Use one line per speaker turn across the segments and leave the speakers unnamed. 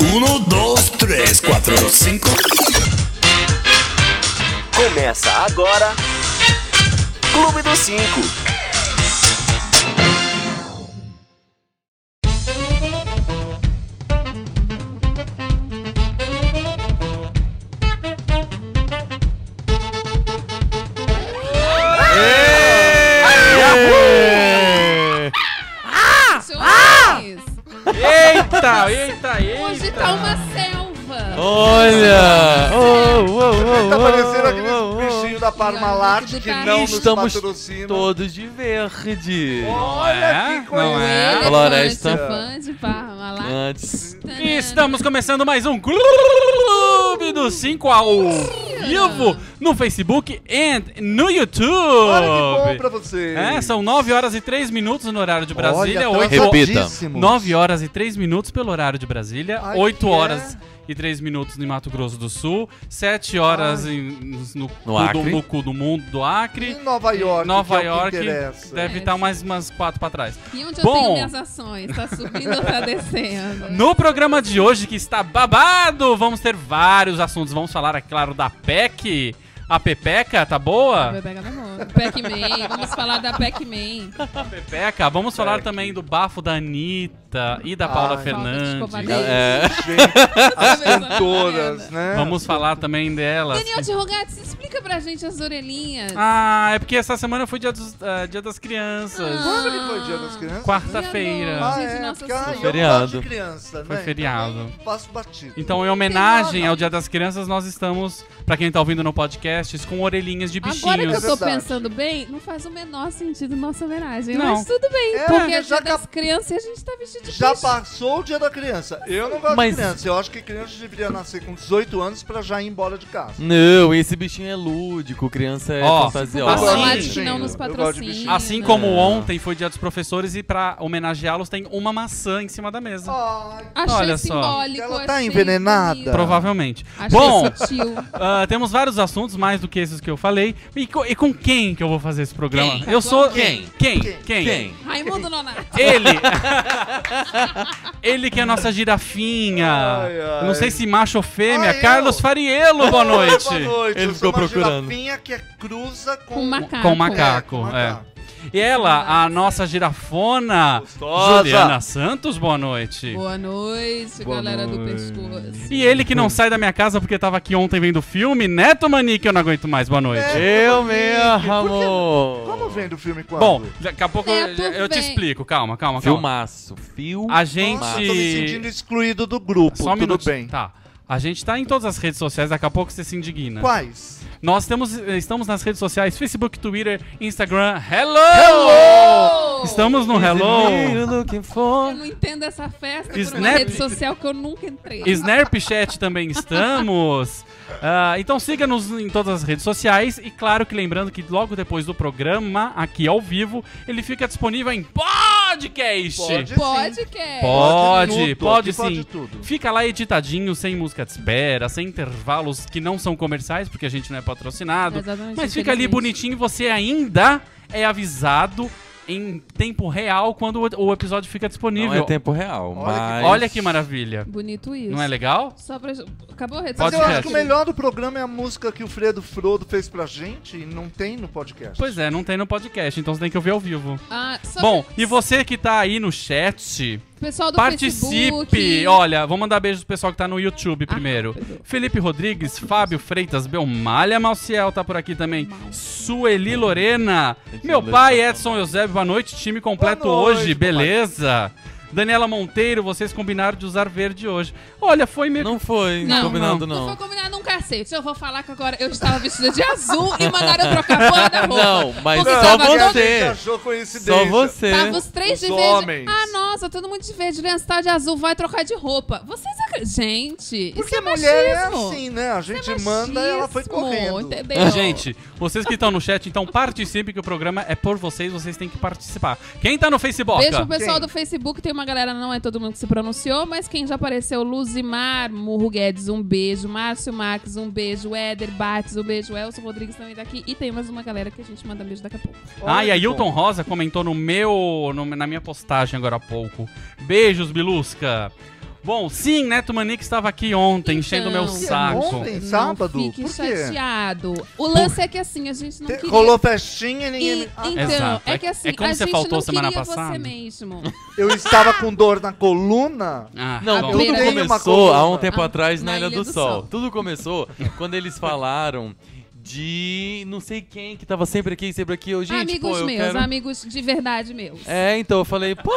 Um, dois, três, quatro, cinco.
Começa agora. Clube dos Cinco.
Senhores,
Ah! Eita, eita, eita.
hoje tá uma selva.
Oh, Olha! Oh, oh, oh,
Tá
oh,
parecendo
oh,
aqueles
oh.
bichinhos da Parmalat que não nos
Estamos
patrocina.
Todos de verde.
Olha
É?
que
Não
Coelho,
é?
elefante,
Floresta Ah.
fã de Parma lá.
antes.
Tanana.
E estamos começando mais um Clube do 5 ao vivo no Facebook e no YouTube.
Olha que bom pra você.
É, são 9 horas e 3 minutos no horário de Brasília,
Olha, tá
8
atrasadíssimos.
Repita.
9 horas e 3 minutos pelo horário de Brasília,
Ai,
8
que
horas
é?
e 3 minutos em Mato Grosso do Sul, 7 horas em- no, cu do,
Acre.
no cu do mundo do
Em
Acre,
Nova York,
Nova
que é
York
o que interessa.
deve estar mais umas 4 pra trás.
E onde eu
Bom.
tenho minhas ações? Tá subindo ou tá descendo?
No programa de hoje, que está babado, vamos ter vários assuntos. Vamos falar, é claro, da PEC, a Pepeca, tá boa?
Vai pegar no mundo. Pac-Man, vamos falar da Pac-Man.
A Pepeca. Vamos falar também do bafo da Anitta e da
Ai.
Paula
Falta de
Fernandes.
Ah, covardia.
É.
Gente, as
Começou.
cantoras, né?
Vamos falar também delas.
Daniel de Rogatis, explica pra gente as orelhinhas.
Ah, é porque essa semana foi dia, dos- ah, dia das crianças.
Quando que foi o dia
Ah,
das
Ah,
crianças?
Quarta-feira.
Ah,
Dia de
é,
Nossa
porque, ai, eu
Senhora.
não gosto de
Feriado.
criança, né?
Foi feriado.
Então, Passo batido.
Então, em homenagem ao Dia das Crianças, nós estamos, pra quem tá ouvindo no podcast, com orelhinhas de
Agora que eu
bichinhos.
tô
Verdade.
pensando bem, não faz o menor sentido nossa homenagem.
Não.
Mas tudo bem,
É,
porque é
já
dia das crianças e a gente tá vestido de
Já
peixe.
passou o dia da criança. Eu não gosto
Mas-
de criança. Eu acho que criança deveria nascer com 18 anos pra já ir embora de casa.
Não, esse bichinho é lúdico, criança é
Ó,
fantasiosa.
assim-
Assim,
Assim,
que não nos
eu gosto de bichinho.
patrocina.
Assim como ontem foi Dia dos Professores, e pra homenageá-los, tem uma maçã em cima da mesa.
Ai,
Achei
Olha só.
simbólico.
Ela tá
achei
envenenada?
bonito.
Provavelmente.
Achei
Bom,
sutil.
ah, temos vários assuntos, mais do que esses que eu falei. E, co- e com quem que eu vou fazer esse programa?
Quem?
Eu sou.
Quem?
Quem?
Quem?
Quem?
Quem?
Raimundo Nonato.
Ele! Ele que é a nossa girafinha.
Ai, ai.
Não sei se macho ou fêmea.
Ai, eu.
Carlos Fariello, boa noite.
Boa noite.
Ele
eu
ficou
sou uma
procurando.
girafinha que é cruza com...
Com macaco.
Com
É,
macaco,
com macaco.
E ela, a nossa girafona,
Gostosa.
Juliana Santos, boa noite.
Boa noite,
Boa
galera do
noite.
pescoço.
E ele
Hum.
que não sai da minha casa porque tava aqui ontem vendo filme, Neto Mani, que eu não aguento mais, boa noite.
É.
Eu
Como
mesmo!
vem do filme quando?
Bom, daqui a pouco
Neto
eu, eu te
vem.
explico, calma, calma, calma.
Filmaço, fio.
A
Nossa, tô me
gente...
sentindo excluído do grupo.
Só um
Tudo
minuto.
bem.
Tá. A gente tá em todas as redes sociais, daqui a pouco você se indigna.
Quais?
Nós temos, estamos nas redes sociais, Facebook, Twitter, Instagram. Hello! Estamos no Hello.
You looking
Eu
for.
não é entendo essa festa por uma
Snap-
rede social que eu nunca entrei.
Snapchat também estamos. Ah, então siga-nos em todas as redes sociais. E claro que lembrando que logo depois do programa, aqui ao vivo, ele fica disponível em podcast.
Pode.
Pode que é.
Pode,
Pode tudo,
pode
aqui pode
sim.
tudo.
Fica lá editadinho, sem música de espera, sem intervalos que não são comerciais, porque a gente não é patrocinado.
Exatamente,
Mas fica ali
infelizmente.
bonitinho, você ainda é avisado em tempo real quando o o episódio fica disponível.
Não é tempo real,
Olha que-
mas.
Olha que maravilha.
Bonito isso.
Não é legal?
Só pra... Acabou a rede
Mas
Pode
eu
social.
podcast.
acho que o melhor do programa é a música que o Fredo Frodo fez pra gente e não tem no podcast.
Pois é, não tem no podcast, então você tem que ouvir ao vivo.
Ah, só
Bom,
pra-
e você que tá aí no chat,
Pessoal do
participe.
Facebook.
Olha, vou mandar beijo pro pessoal que tá no YouTube
Ah,
primeiro.
perdão.
Felipe Rodrigues, Fábio Freitas, Belmalha Malciel tá por aqui também. Sueli Lorena, meu pai Edson Eusébio, boa noite, time completo
Boa noite,
hoje,
papai.
beleza? Daniela Monteiro, vocês combinaram de usar verde hoje. Olha, foi meio
Não foi
Não,
combinado,
Não foi
não.
combinado um cacete. Eu vou falar que agora eu estava vestida de azul e mandaram eu trocar a porra da roupa.
Não, mas
é.
Porque
só
tava
Porque a
todo-
você.
gente achou coincidência.
Só você.
Tava os três
É, Os
de verde.
homens.
Ah, nossa, todo mundo de verde. Lençol de azul vai trocar de roupa. Vocês acreditam? Gente,
Porque
isso é
mulher
machismo.
é assim, né? A gente
Isso é
manda e ela foi
machismo,
correndo.
Entendeu?
Ah, Gente, vocês que estão no chat, então participem que o programa é por vocês, vocês têm que participar. Quem tá no Facebook?
Beijo pro pessoal
Quem?
do Facebook, tem uma galera, não é todo mundo que se pronunciou, mas quem já apareceu, Luzimar, Murro Guedes, um beijo, Márcio Max, um beijo, Éder Bates, um beijo, Elson Rodrigues também tá aqui, e tem mais uma galera que a gente manda beijo daqui a pouco.
Ah,
Olha
e a
que
Hilton
bom.
Rosa comentou no meu, no- na minha postagem agora há pouco. Beijos, Bilusca. Bom, sim, Neto Manique estava aqui ontem, enchendo meu
Então.
saco.
Ontem,
Não
sábado?
Fique
Por quê?
chateado. O lance é que assim, a gente não
Te-
queria.
Rolou festinha e ninguém
E-
me... Ah,
então,
Exato.
é que assim,
É como
a
você
gente
faltou
não
semana
queria
passada.
você mesmo.
Eu estava com dor na coluna.
Ah,
Não,
bom.
eu
tudo
Beira de
uma
começou há um
coluna.
tempo
Ah,
atrás na,
na
Ilha, do, Sol.
Sol.
Tudo começou quando eles falaram de não sei quem que tava sempre aqui, sempre aqui. Eu, gente,
amigos
pô, eu
meus,
quero...
amigos de verdade meus.
É, então eu falei, pô,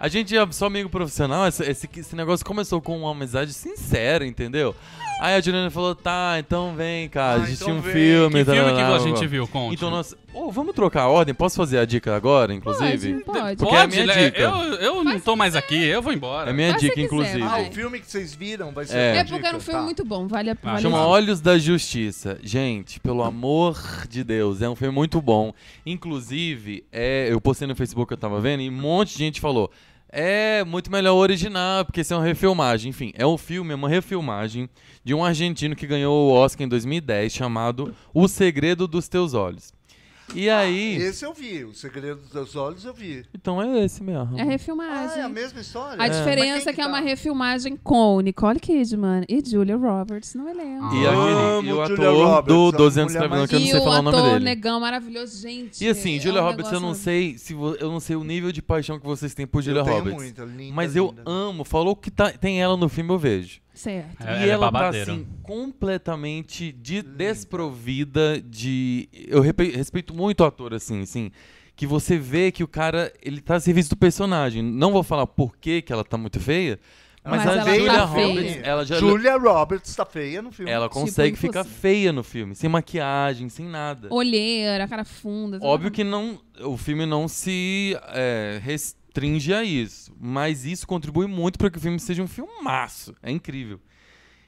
a gente é só amigo profissional, esse, esse- esse negócio começou com uma amizade sincera, entendeu? Aí a Juliana falou, tá, então vem, cara,
Ah,
a gente
então
tinha um
vem.
filme.
Que
tá,
filme
lá,
que
lá,
a
lá.
gente viu, conte.
Então nós... Ô, vamos trocar a ordem? Posso fazer a dica agora, inclusive?
Pode,
Porque é a
Pode,
minha
né?
dica.
eu, eu não tô mais aqui, eu vou embora.
É minha
Faz se
dica,
quiser,
inclusive.
Ah,
Vai.
o filme que vocês viram vai ser.
É.
uma
É porque era um
dica,
filme
tá.
muito bom, vale a
Vai.
pena.
Chama Olhos da Justiça. Gente, pelo amor de Deus, é um filme muito bom. Inclusive, é, eu postei no Facebook que eu tava vendo e um monte de gente falou. É muito melhor o original, porque isso é uma refilmagem. Enfim, é um filme, é uma refilmagem de um argentino que ganhou o Oscar em 2010, chamado O Segredo dos Teus Olhos. E aí.
Ah, Esse eu vi, O Segredo dos Teus Olhos eu vi.
Então é esse mesmo.
É
Ah, é
refilmagem.
a mesma história?
a
Mas
diferença
quem
é que é uma
tá?
refilmagem com Nicole Kidman e Julia Roberts no elenco.
E, aquele,
Amo
e o
Julia
ator do
Roberts, a
12 anos de
mulher
escravidão,
mais
que Ah, eu não
E
sei
o
falar o nome
ator
dele.
negão maravilhoso, gente.
E assim,
é
Julia
um
Roberts, eu não
negócio-
sei se vo- eu não sei o nível de paixão que vocês têm por Julia
eu tenho
Roberts.
muita, linda,
mas eu
linda.
amo, falou que tá- tem ela no filme, eu vejo.
Certo.
É,
e
é
ela tá
babadeira.
assim, completamente de- desprovida de. Eu repe- respeito muito o ator, assim, assim. Que você vê que o cara, ele tá a serviço do personagem. Não vou falar por que que ela tá muito feia, mas,
Mas
a
ela tá
Julia
feia.
Roberts, ela já.
Julia Roberts tá feia no filme.
Ela
Tipo,
consegue ficar
impossível.
feia no filme, sem maquiagem, sem nada.
Olheira, cara funda. sabe?
Óbvio que não, o filme não se é, restringe a isso, mas isso contribui muito para que o filme seja um filmaço. É incrível.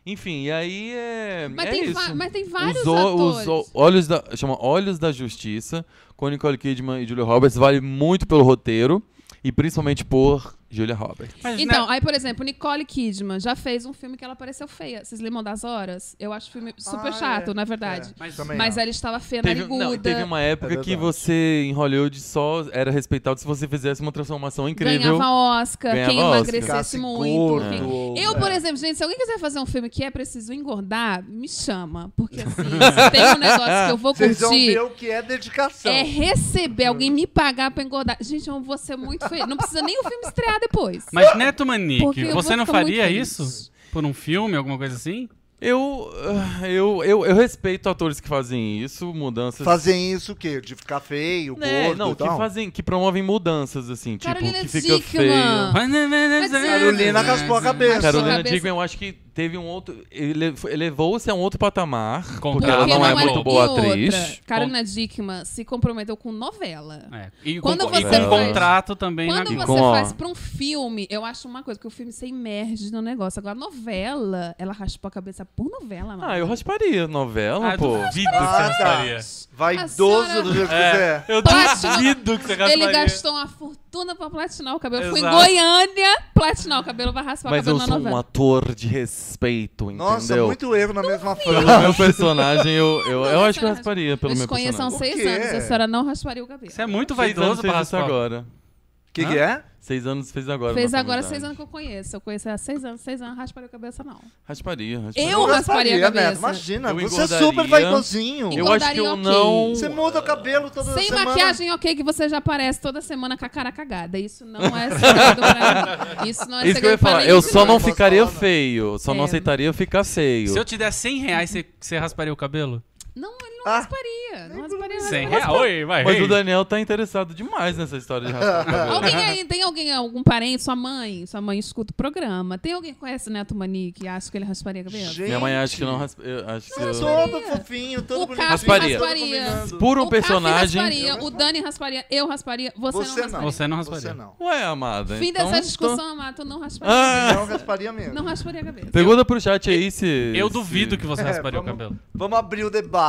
Enfim, e aí é.
Mas,
é
tem va-
isso.
mas tem vários
Os o- os
atores.
o- olhos da chama Olhos da Justiça com Nicole Kidman e Julia Roberts vale muito pelo roteiro e principalmente por Julia Roberts.
Mas, né,
Então, aí, por exemplo, Nicole Kidman já fez um filme que ela apareceu feia. Vocês lembram das horas? Eu acho o filme super
Ah,
chato,
é.
na verdade.
É,
Mas-
também
Mas
acho.
ela estava feia
Teve, um-
nariguda.
não, e teve uma época
É
que
verdade.
você em Hollywood só era respeitado se você fizesse uma transformação incrível.
Ganhava Oscar,
Ganhava
quem
Oscar.
emagrecesse
Ficasse
muito.
gordo,
quem-
ou-
Eu,
é.
por exemplo, gente, se alguém quiser fazer um filme que é preciso engordar, me chama. Porque assim, se tem um negócio que eu vou
Vocês vão
curtir.
ver o que é dedicação.
É receber alguém me pagar pra engordar. Gente, eu vou ser muito feliz. Não precisa nem o filme estrear depois.
Mas Neto Manique,
Porque eu
você
vou
não
ficar muito
faria
feliz.
isso? Por um filme, alguma coisa assim?
Eu, ah, eu, eu, eu respeito atores que fazem isso, mudanças.
Fazem isso o quê? De ficar feio,
né,
gordo
não,
e
que
tal?
fazem, que promovem mudanças assim,
Carolina
tipo que fica
Dickman.
feio.
né,
é.
Carolina raspou a cabeça. né?
Sua
Carolina
cabeça-
Dickman, eu acho que teve um outro, ele foi- elevou-se a um outro patamar,
Com-
porque
Porque
ela não,
não
é,
é-
muito
e
boa
e outra,
atriz.
Carolina Dickman se comprometeu com novela.
É. E
Quando
com, e
você
com
faz-
contrato também né?
Quando
na
você
com a-
faz pra um filme, eu acho uma coisa, que o filme se imerge no negócio. Agora, a novela, ela raspou a cabeça por novela, mano.
Ah, eu rasparia novela,
Ah, eu
pô.
duvido que você
Ah, tá.
faria.
Vai
A
idoso
senhora-
do jeito que
É,
quiser.
eu
Plástico.
duvido que você rasparia.
Ele gastou uma fortuna pra platinar o cabelo. Eu Fui em
Exato.
Goiânia platinar o cabelo, vai raspar o
Mas eu
cabelo na
sou um
novela.
ator de respeito, entendeu?
Nossa, muito erro na mesma
Pelo meu
frase.
personagem, eu, eu, eu
Não,
acho que eu
mas-
rasparia pelo
Nos
meu
conheçam
personagem.
personagem.
seis
O quê?
anos, a senhora não rasparia o cabelo.
Você é muito
Seis anos
vaidoso
fez
pra
isso
raspar.
agora.
O que, que é?
Seis anos fez agora.
Fez
nossa
agora
amizade.
seis anos que eu conheço. Eu conheço há seis anos, seis anos, rasparia a cabeça não.
Rasparia, rasparia.
Eu rasparia a
Neto,
cabeça.
Imagina,
Eu
você é
engordaria.
super vaidosinho.
Eu acho que eu
Engordaria,
não.
Então ok.
Você muda o cabelo toda
Sem
semana.
maquiagem, ok, que você já aparece toda semana com a cara cagada. Isso não é segredo pra mim. Isso não é
Isso que eu ia
segredo pra
falar.
ninguém.
Eu só não
Posso
ficaria
falar, não?
feio. Só não
É.
aceitaria ficar feio.
Se eu te der 100 reais, você, você rasparia o cabelo?
Não, ele não
Ah.
rasparia. Não rasparia.
100
não.
reais? Oi, vai.
Mas
ei.
o Daniel tá interessado demais nessa história de raspar o cabelo.
Alguém aí, tem alguém, algum parente, sua mãe? Sua mãe escuta o programa. Tem alguém que conhece o Neto Mani que acha que ele rasparia a cabeça?
Gente, é
Minha mãe acha que não rasparia. Acho que eu...
Todo fofinho, todo
O
bonitinho.
Cássio
Rasparia.
todo
rasparia.
combinando.
Por um
o Cafi
personagem.
rasparia, o Dani rasparia, eu rasparia, você,
Você
não
não.
rasparia.
Você não
Você
rasparia.
não.
Ué, amada.
Fim
então,
dessa
tô-
discussão, Amato, não rasparia.
Ah.
Não rasparia mesmo.
Não rasparia a cabeça.
Pergunta pro chat aí se.
Eu
se-
duvido que você
É,
rasparia o
vamos-
cabelo.
Vamos abrir o debate.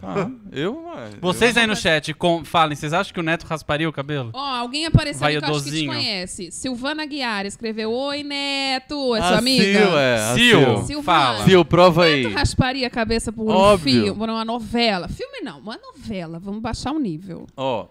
Tá, eu. ué, eu-
Vocês aí no chat, com- falem, vocês acham que o Neto rasparia o cabelo?
Ó, alguém apareceu
Vai,
aí que eu acho que te
idosinho.
conhece. Silvana Guiar escreveu: Oi, Neto, é
A
sua amiga?
Ah, Sil, é. a
Sil,
Sil.
Silvana.
fala.
Sil, prova aí.
Neto rasparia a cabeça por um
Óbvio.
filme, por uma novela. Filme não, uma novela. Vamos baixar o nível.
Ó.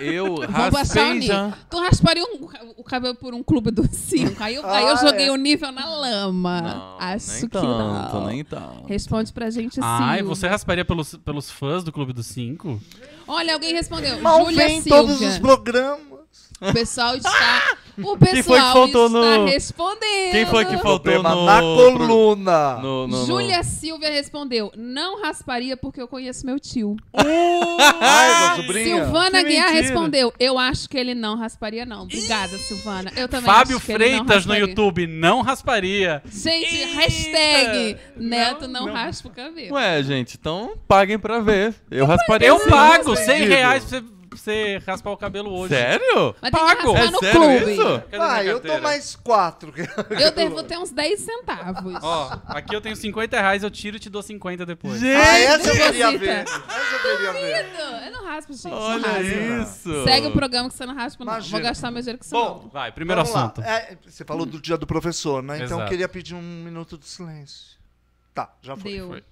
Eu
Vou baixar o
raspei
nível.
já.
Tu rasparia um- o cabelo por um clube dos cinco. Aí eu, aí eu
Ah,
joguei
é.
o nível na lama.
Não,
Acho
nem
que
tanto,
não.
nem tanto.
Responde pra gente sim.
Ai, você rasparia pelos, pelos fãs do Clube dos Cinco?
Olha, alguém respondeu.
Mal
Júlia
vem
Silva.
todos os programas.
O pessoal está. O pessoal
Quem foi que faltou
está
no-
respondendo.
Quem foi que faltou
Problema
no...
na coluna.
No, no, no-
Júlia Silvia respondeu: Não rasparia porque eu conheço meu tio.
Ai, da sobrinha.
Ah, Silvana
que
Guiar
mentira.
respondeu: Eu acho que ele não rasparia, não. Obrigada, Silvana. Eu também
Fábio
acho que ele não
Freitas no
rasparia.
YouTube não rasparia.
Gente,
Eita!
hashtag Neto não,
não.
raspa o cabelo.
Ué, gente, então paguem pra ver. Eu rasparei
Eu
sim.
pago 100 reais pra você, pra você raspar o cabelo hoje.
é Sério?
Mas
pago.
tem que
É
raspar Tá no
sério
clube.
isso?
Cadê minha
Ah, eu dou
carteira?
mais quatro.
Eu devo ter uns 10 centavos.
Ó, aqui eu tenho 50 reais, eu tiro e te dou 50 depois.
Ah, essa eu queria
Deposita.
ver. Essa eu queria ver.
Eu não raspo, gente. não
Olha
raspo.
isso.
Segue o programa que você não raspa, não.
Imagina.
Vou gastar meu dinheiro com isso,
Bom,
não.
vai, primeiro
Vamos lá.
assunto.
É, você falou do dia do professor, né? Então
Exato.
eu queria pedir um minuto de silêncio. Tá, já foi.
Deu.
foi.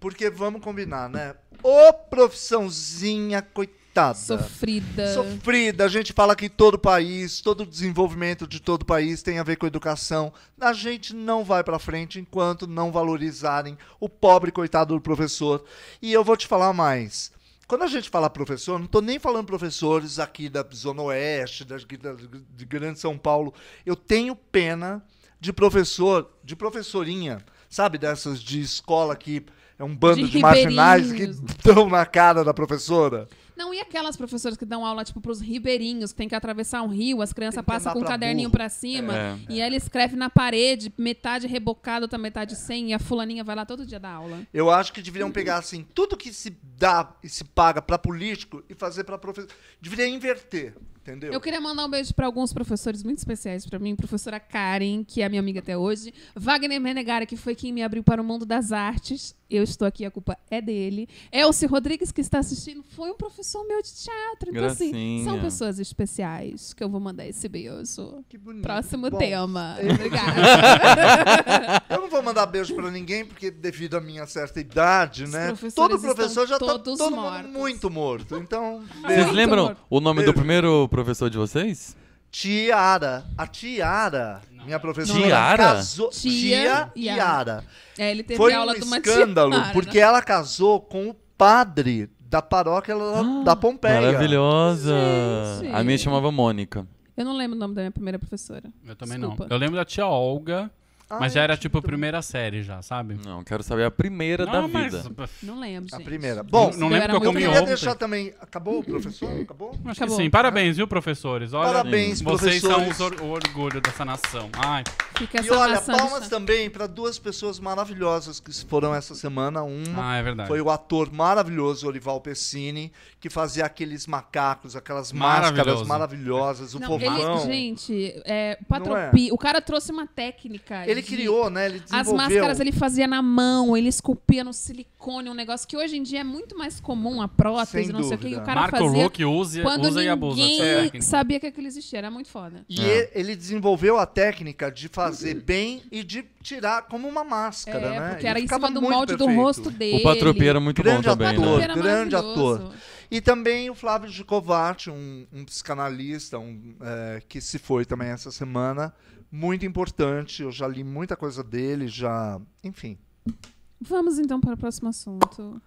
Porque vamos combinar, né? Ô profissãozinha, coitada.
Sofrida.
Sofrida, a gente fala que todo país, todo desenvolvimento de todo país tem a ver com educação. A gente não vai pra frente enquanto não valorizarem o pobre coitado do professor. E eu vou te falar mais. Quando a gente fala professor, não tô nem falando professores aqui da Zona Oeste, da, da, de Grande São Paulo. Eu tenho pena de professor, de professorinha, sabe, dessas de escola que é um bando
De
de marginais que
ribeirinhos.
dão na cara da professora.
Não, e aquelas professoras que dão aula, tipo, pros ribeirinhos, que tem que atravessar um rio, as crianças
Tem que
passam
andar
com um
pra
caderninho
burro.
pra cima,
É.
e ela escreve na parede, metade rebocada, outra metade sem, e a fulaninha vai lá todo dia dar aula.
Eu acho que deveriam pegar assim tudo que se dá e se paga pra político e fazer pra professor. Deveria inverter, entendeu?
Eu queria mandar um beijo pra alguns professores muito especiais pra mim. Professora Karen, que é minha amiga até hoje. Wagner Menegara, que foi quem me abriu para o mundo das artes. Eu estou aqui, a culpa é dele. Elcio Rodrigues, que está assistindo, foi um professor meu de teatro. Então, assim, são
Gracinha.
pessoas especiais que eu vou mandar esse beijo.
Que bonito.
Próximo
Bom,
tema. Obrigada.
Eu não vou mandar beijo pra ninguém porque devido à minha certa idade,
Os
né?
professores
Todo professor
estão
já tá
todos
todo mundo
mortos.
muito morto. Então,
Vocês
beijo.
lembram
amor.
o nome do primeiro professor de vocês?
Tiara, a Tiara, minha professora
Tiara?
casou
Tia
Tia
Yara.
Yara.
é, ele teve
Foi
aula
um
de uma
escândalo
tia Mara, né?
porque ela casou com o padre da paróquia
Ah,
lá da Pompeia.
Maravilhosa.
Gente.
A minha chamava Mônica.
Eu não lembro o nome da minha primeira professora.
Eu também
Desculpa.
não. Eu lembro da tia Olga, mas
Ai,
já era tipo a primeira série já, sabe?
Não, quero saber a primeira
não,
da
mas-
vida.
Não lembro,
A
gente.
primeira. Bom,
não lembro
era
que eu
Eu
muito
comi
queria
ontem.
deixar também. Acabou, professor? Acabou?
Acho que
Acabou.
sim. Parabéns, viu, professores? Olha,
Parabéns,
vocês são
professores.
os or- o orgulho dessa nação. Ai,
Fica
E
essa
olha,
maçã no
palmas
chão.
também para duas pessoas maravilhosas que foram essa semana. Uma
ah, é verdade.
foi o ator maravilhoso Olival Pessini, que fazia aqueles macacos, aquelas
Maravilhoso.
máscaras maravilhosas, o
Não,
povão.
ele,
Ele,
gente, é,
Não é?
Patropi, o cara trouxe uma técnica. de-
criou, né? Ele
As
desenvolveu.
máscaras ele fazia na mão, ele esculpia no silicone, um negócio que hoje em dia é muito mais comum, a prótese,
Sem
não sei o que, e
dúvida.
o cara
Marco
fazia
Luque usa,
quando
usa e abusa. dessa
ninguém
técnica.
sabia que aquilo existia, era muito foda.
É.
E ele, ele desenvolveu a técnica de fazer bem e de tirar como uma máscara,
é,
né?
porque
Ele
era em
ficava
cima do
muito
molde do
perfeito.
rosto dele.
O Patropi era muito bom
Grande
também,
ator.
né?
era
grande
maravilhoso.
E também o Flávio Gicovati, um, um psicanalista um, é, que se foi também essa semana. Muito importante, eu já li muita coisa dele, já. Enfim.
Vamos então para o próximo assunto.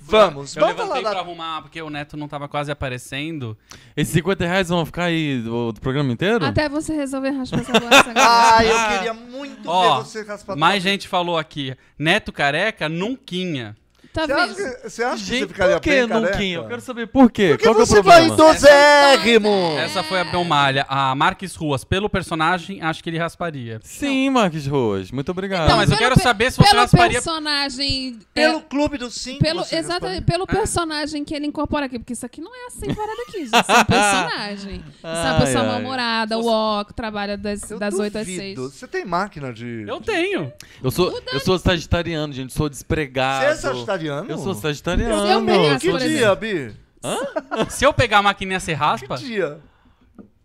Vamos,
Eu
vamos
levantei
falar
pra
da.
arrumar, porque o Neto não tava quase aparecendo.
Esses 50 reais vão ficar aí do, do programa inteiro?
Até você resolver raspar essa bolsa,
Ah,
galera.
eu queria muito
Ó,
ver você raspar
Mais gente falou aqui. Neto careca, nunquinha.
Tá
Você acha
vendo?
que você, acha que você
Gente,
ficaria
por que,
bem careca?
Nunquinho? Eu quero saber por quê.
Porque
Qual que é o
você
problema?
vai
É, então,
dozérrimo!
Essa foi a
É.
Belmalha. A Marques Ruas, pelo personagem, acho que ele rasparia.
Sim, Marques Ruas. Muito obrigado.
Não, mas eu
pelo
quero
pe-
saber se você
pelo
rasparia-
personagem. é,
Pelo Clube dos Cinco.
Pelo,
você É.
exatamente,
responde.
pelo personagem que ele incorpora aqui, porque isso aqui não é assim parada aqui, gente. Isso é um personagem. Isso é uma
Ai,
pessoa
ai.
mal-humorada, o óculos, trabalha das,
Eu
das 8 às
duvido.
6.
Você tem máquina de.
Eu tenho.
Eu sou, eu sou sagitariano, gente. Sou
Você
despregado.
é sagitariano?
Eu sou
Eu
sagitariano.
sou meio
Que
Por
dia, Bi?
Se eu pegar a maquininha, você raspa?
Que dia?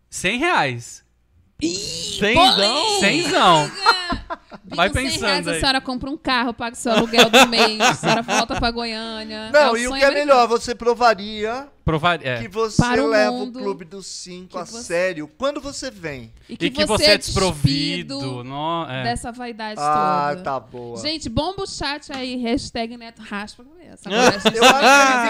100 reais.
Cenzão?
Cenzão.
Pingo,
Vai
100 reais
pensando
a
aí.
senhora compra um carro, paga o seu aluguel do mês, a senhora volta pra Goiânia.
Não,
o
e o
sonho
que é
americano.
melhor, você provaria
Provar, é.
que você
Para o
leva
mundo,
o Clube dos Cinco
que
a
você-
sério quando você vem.
E
E que você é desprovido.
despido
No, é.
Dessa vaidade
né? Ah,
toda.
tá boa.
Gente, bomba o chat aí, hashtag neto raspa cabeça.
eu acho que ele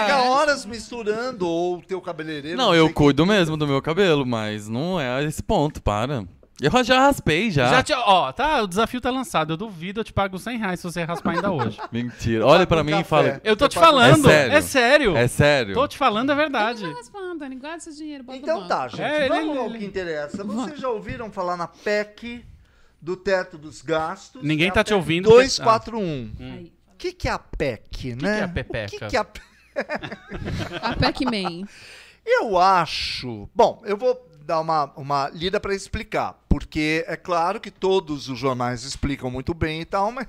fica horas misturando, ou o teu cabeleireiro.
Não, eu
sei quem-
cuido mesmo do meu cabelo, mas não é esse ponto, para. Eu já raspei já.
Já te, ó, tá, o desafio tá lançado. Eu duvido, eu te pago 100 reais se você raspar ainda hoje.
Mentira. Olha pra
com
mim
café.
e fala.
Eu tô
Eu
te
pago-
falando.
É sério?
É sério.
É sério?
Tô te falando a verdade.
raspando, Dani, guarda esse dinheiro, bota no
Então
banco.
tá, gente.
É, ele-
Vamos ao
ele-
que interessa. Vocês já ouviram falar na PEC do teto dos gastos?
Ninguém
É a
tá te
PEC
ouvindo, Ah.
241.
Aí.
O um. que, que é a PEC,
que é
né?
a pepeca?
O que, que é a PEC?
A Pac-Man.
Eu acho. Bom, eu vou dar uma, uma lida para explicar, porque é claro que todos os jornais explicam muito bem e tal, mas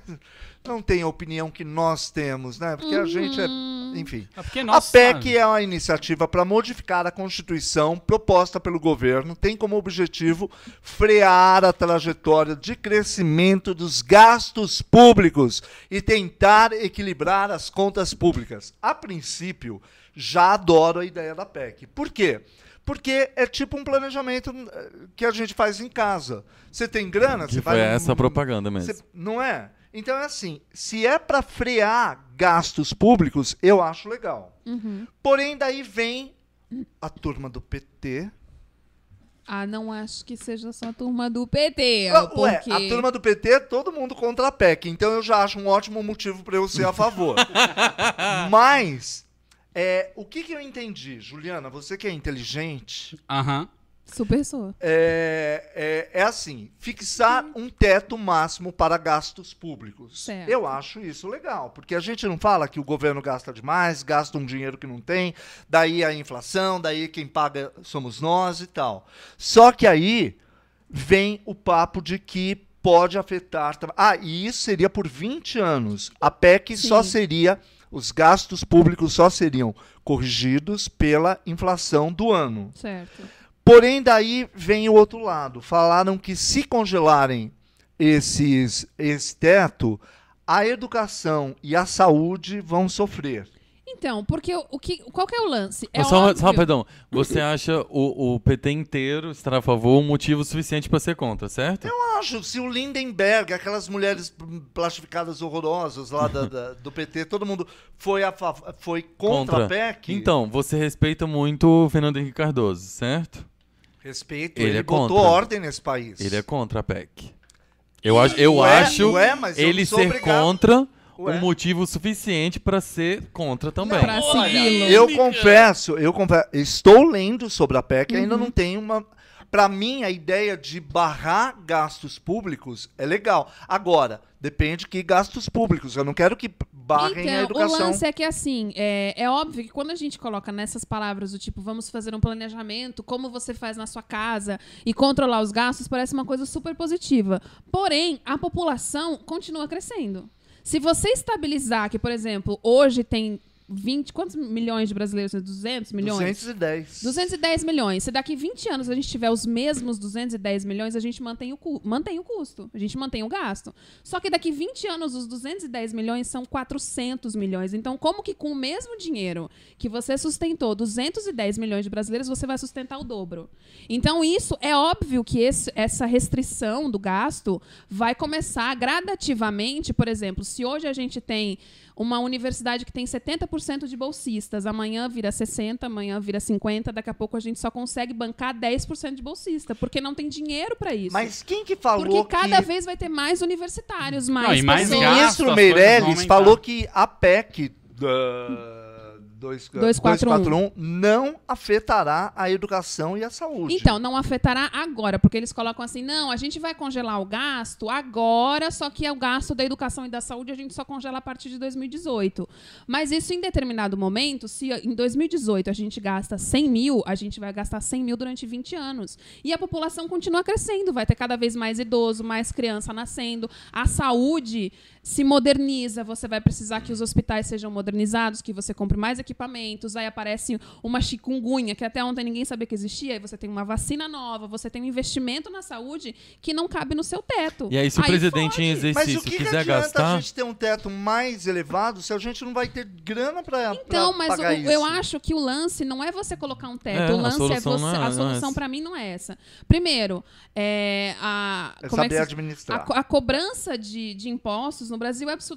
não tem a opinião que nós temos, né? Porque a gente é. Enfim.
Ah, Porque, nossa,
a PEC é uma iniciativa para modificar a Constituição proposta pelo governo, tem como objetivo frear a trajetória de crescimento dos gastos públicos e tentar equilibrar as contas públicas. A princípio, já adoro a ideia da PEC. Por quê? Porque é tipo um planejamento eh, que a gente faz em casa. Você tem grana,
Que
você
foi
vai
essa a propaganda
propaganda.
mesmo.
Cê- não é? Então é assim, se é para frear gastos públicos, eu acho legal.
Uhum.
Porém, daí vem a turma do PT.
Ah, não acho que seja só a turma do PT.
Ah, Ué,
porque...
a turma do PT é todo mundo contra a PEC, então eu já acho um ótimo motivo para eu ser a favor. Mas, é, o que, que eu entendi? Juliana, você que é inteligente,
Aham.
Super sou.
É, é, é assim, fixar um teto máximo para gastos públicos.
Certo.
Eu acho isso legal, porque a gente não fala que o governo gasta demais, gasta um dinheiro que não tem, daí a inflação, daí quem paga somos nós e tal. Só que aí vem o papo de que pode afetar. tra- Ah, e isso seria por 20 anos. A PEC só
Sim.
seria. Os gastos públicos só seriam corrigidos pela inflação do ano.
Certo.
Porém, daí vem o outro lado. Falaram que se congelarem esses, esse teto, a educação e a saúde vão sofrer.
Então, porque o o que, qual que é o lance? É
Mas só,
óbvio-
só, perdão. Você acha o, o PT inteiro estar a favor um motivo suficiente pra ser contra, certo?
Eu acho, se o Lindenberg, aquelas mulheres hum, plastificadas horrorosas lá da- da- do PT, todo mundo foi, a fa- foi contra, a PEC.
Então, você respeita muito o Fernando Henrique Cardoso, certo?
respeito,
ele
ele,
é
botou
contra.
ordem nesse país.
Ele é contra a PEC. Eu acho, eu
Ué,
acho
ué, mas eu
ele
é? não sou
ser
obrigado.
contra
Ué.
um motivo suficiente pra ser contra também.
pra segui-lo.
Eu confesso, eu confesso, estou lendo sobre a PEC, ainda não tem uma. Pra mim, a ideia de barrar gastos públicos é legal. Agora, depende que gastos públicos. Eu não quero que barrem a
Então, o
educação.
lance é que assim, é, é óbvio que quando a gente coloca nessas palavras do tipo, vamos fazer um planejamento, como você faz na sua casa e controlar os gastos, parece uma coisa super positiva. Porém, a população continua crescendo. Se você estabilizar que, por exemplo, hoje tem 20, quantos milhões de brasileiros? 200 é milhões?
210.
210 milhões. Se daqui 20 anos a gente tiver os mesmos 210 milhões, a gente mantém o, cu- mantém o custo, a gente mantém o gasto. Só que daqui 20 anos os 210 milhões são 400 milhões. Então, como que com o mesmo dinheiro que você sustentou 210 milhões de brasileiros, você vai sustentar o dobro? Então, isso é óbvio que esse- essa restrição do gasto vai começar gradativamente. Por exemplo, se hoje a gente tem uma universidade que tem 70% de bolsistas, amanhã vira 60, amanhã vira 50, daqui a pouco a gente só consegue bancar 10% de bolsista, porque não tem dinheiro para isso.
Mas quem que falou
porque cada
que...
vez vai ter mais universitários, mais,
Não, e mais
O
pessoas.
gastos, as
ministro
coisas vão
Meirelles
aumentar.
falou que a PEC da- uh, dois-
241.
241 não afetará a educação e a saúde.
Então, não afetará agora, porque eles colocam assim: não, a gente vai congelar o gasto agora, só que é o gasto da educação e da saúde a gente só congela a partir de 2018. Mas isso em determinado momento, se em 2018 a gente gasta 100 mil, a gente vai gastar 100 mil durante 20 anos. E a população continua crescendo, vai ter cada vez mais idoso, mais criança nascendo, a saúde se moderniza, você vai precisar que os hospitais sejam modernizados, que você compre mais equipamentos, aí aparece uma chikungunya, que até ontem ninguém sabia que existia, aí você tem uma vacina nova, você tem um investimento na saúde que não cabe no seu teto.
E aí, se o presidente em
fode.
Mas
exercício
o que, que
quiser
adianta
gastar.
a gente ter um teto mais elevado se a gente não vai ter grana pra,
Então,
pra
mas
pagar
o-
isso?
eu acho que o lance não é você colocar um teto.
É,
o
a
lance é
solução
você.
não é- não é
a solução
essa.
pra mim não é essa. Primeiro, é a.
É
como é que
saber
se- a,
administrar.
co- a cobrança de, de impostos no Brasil é absu-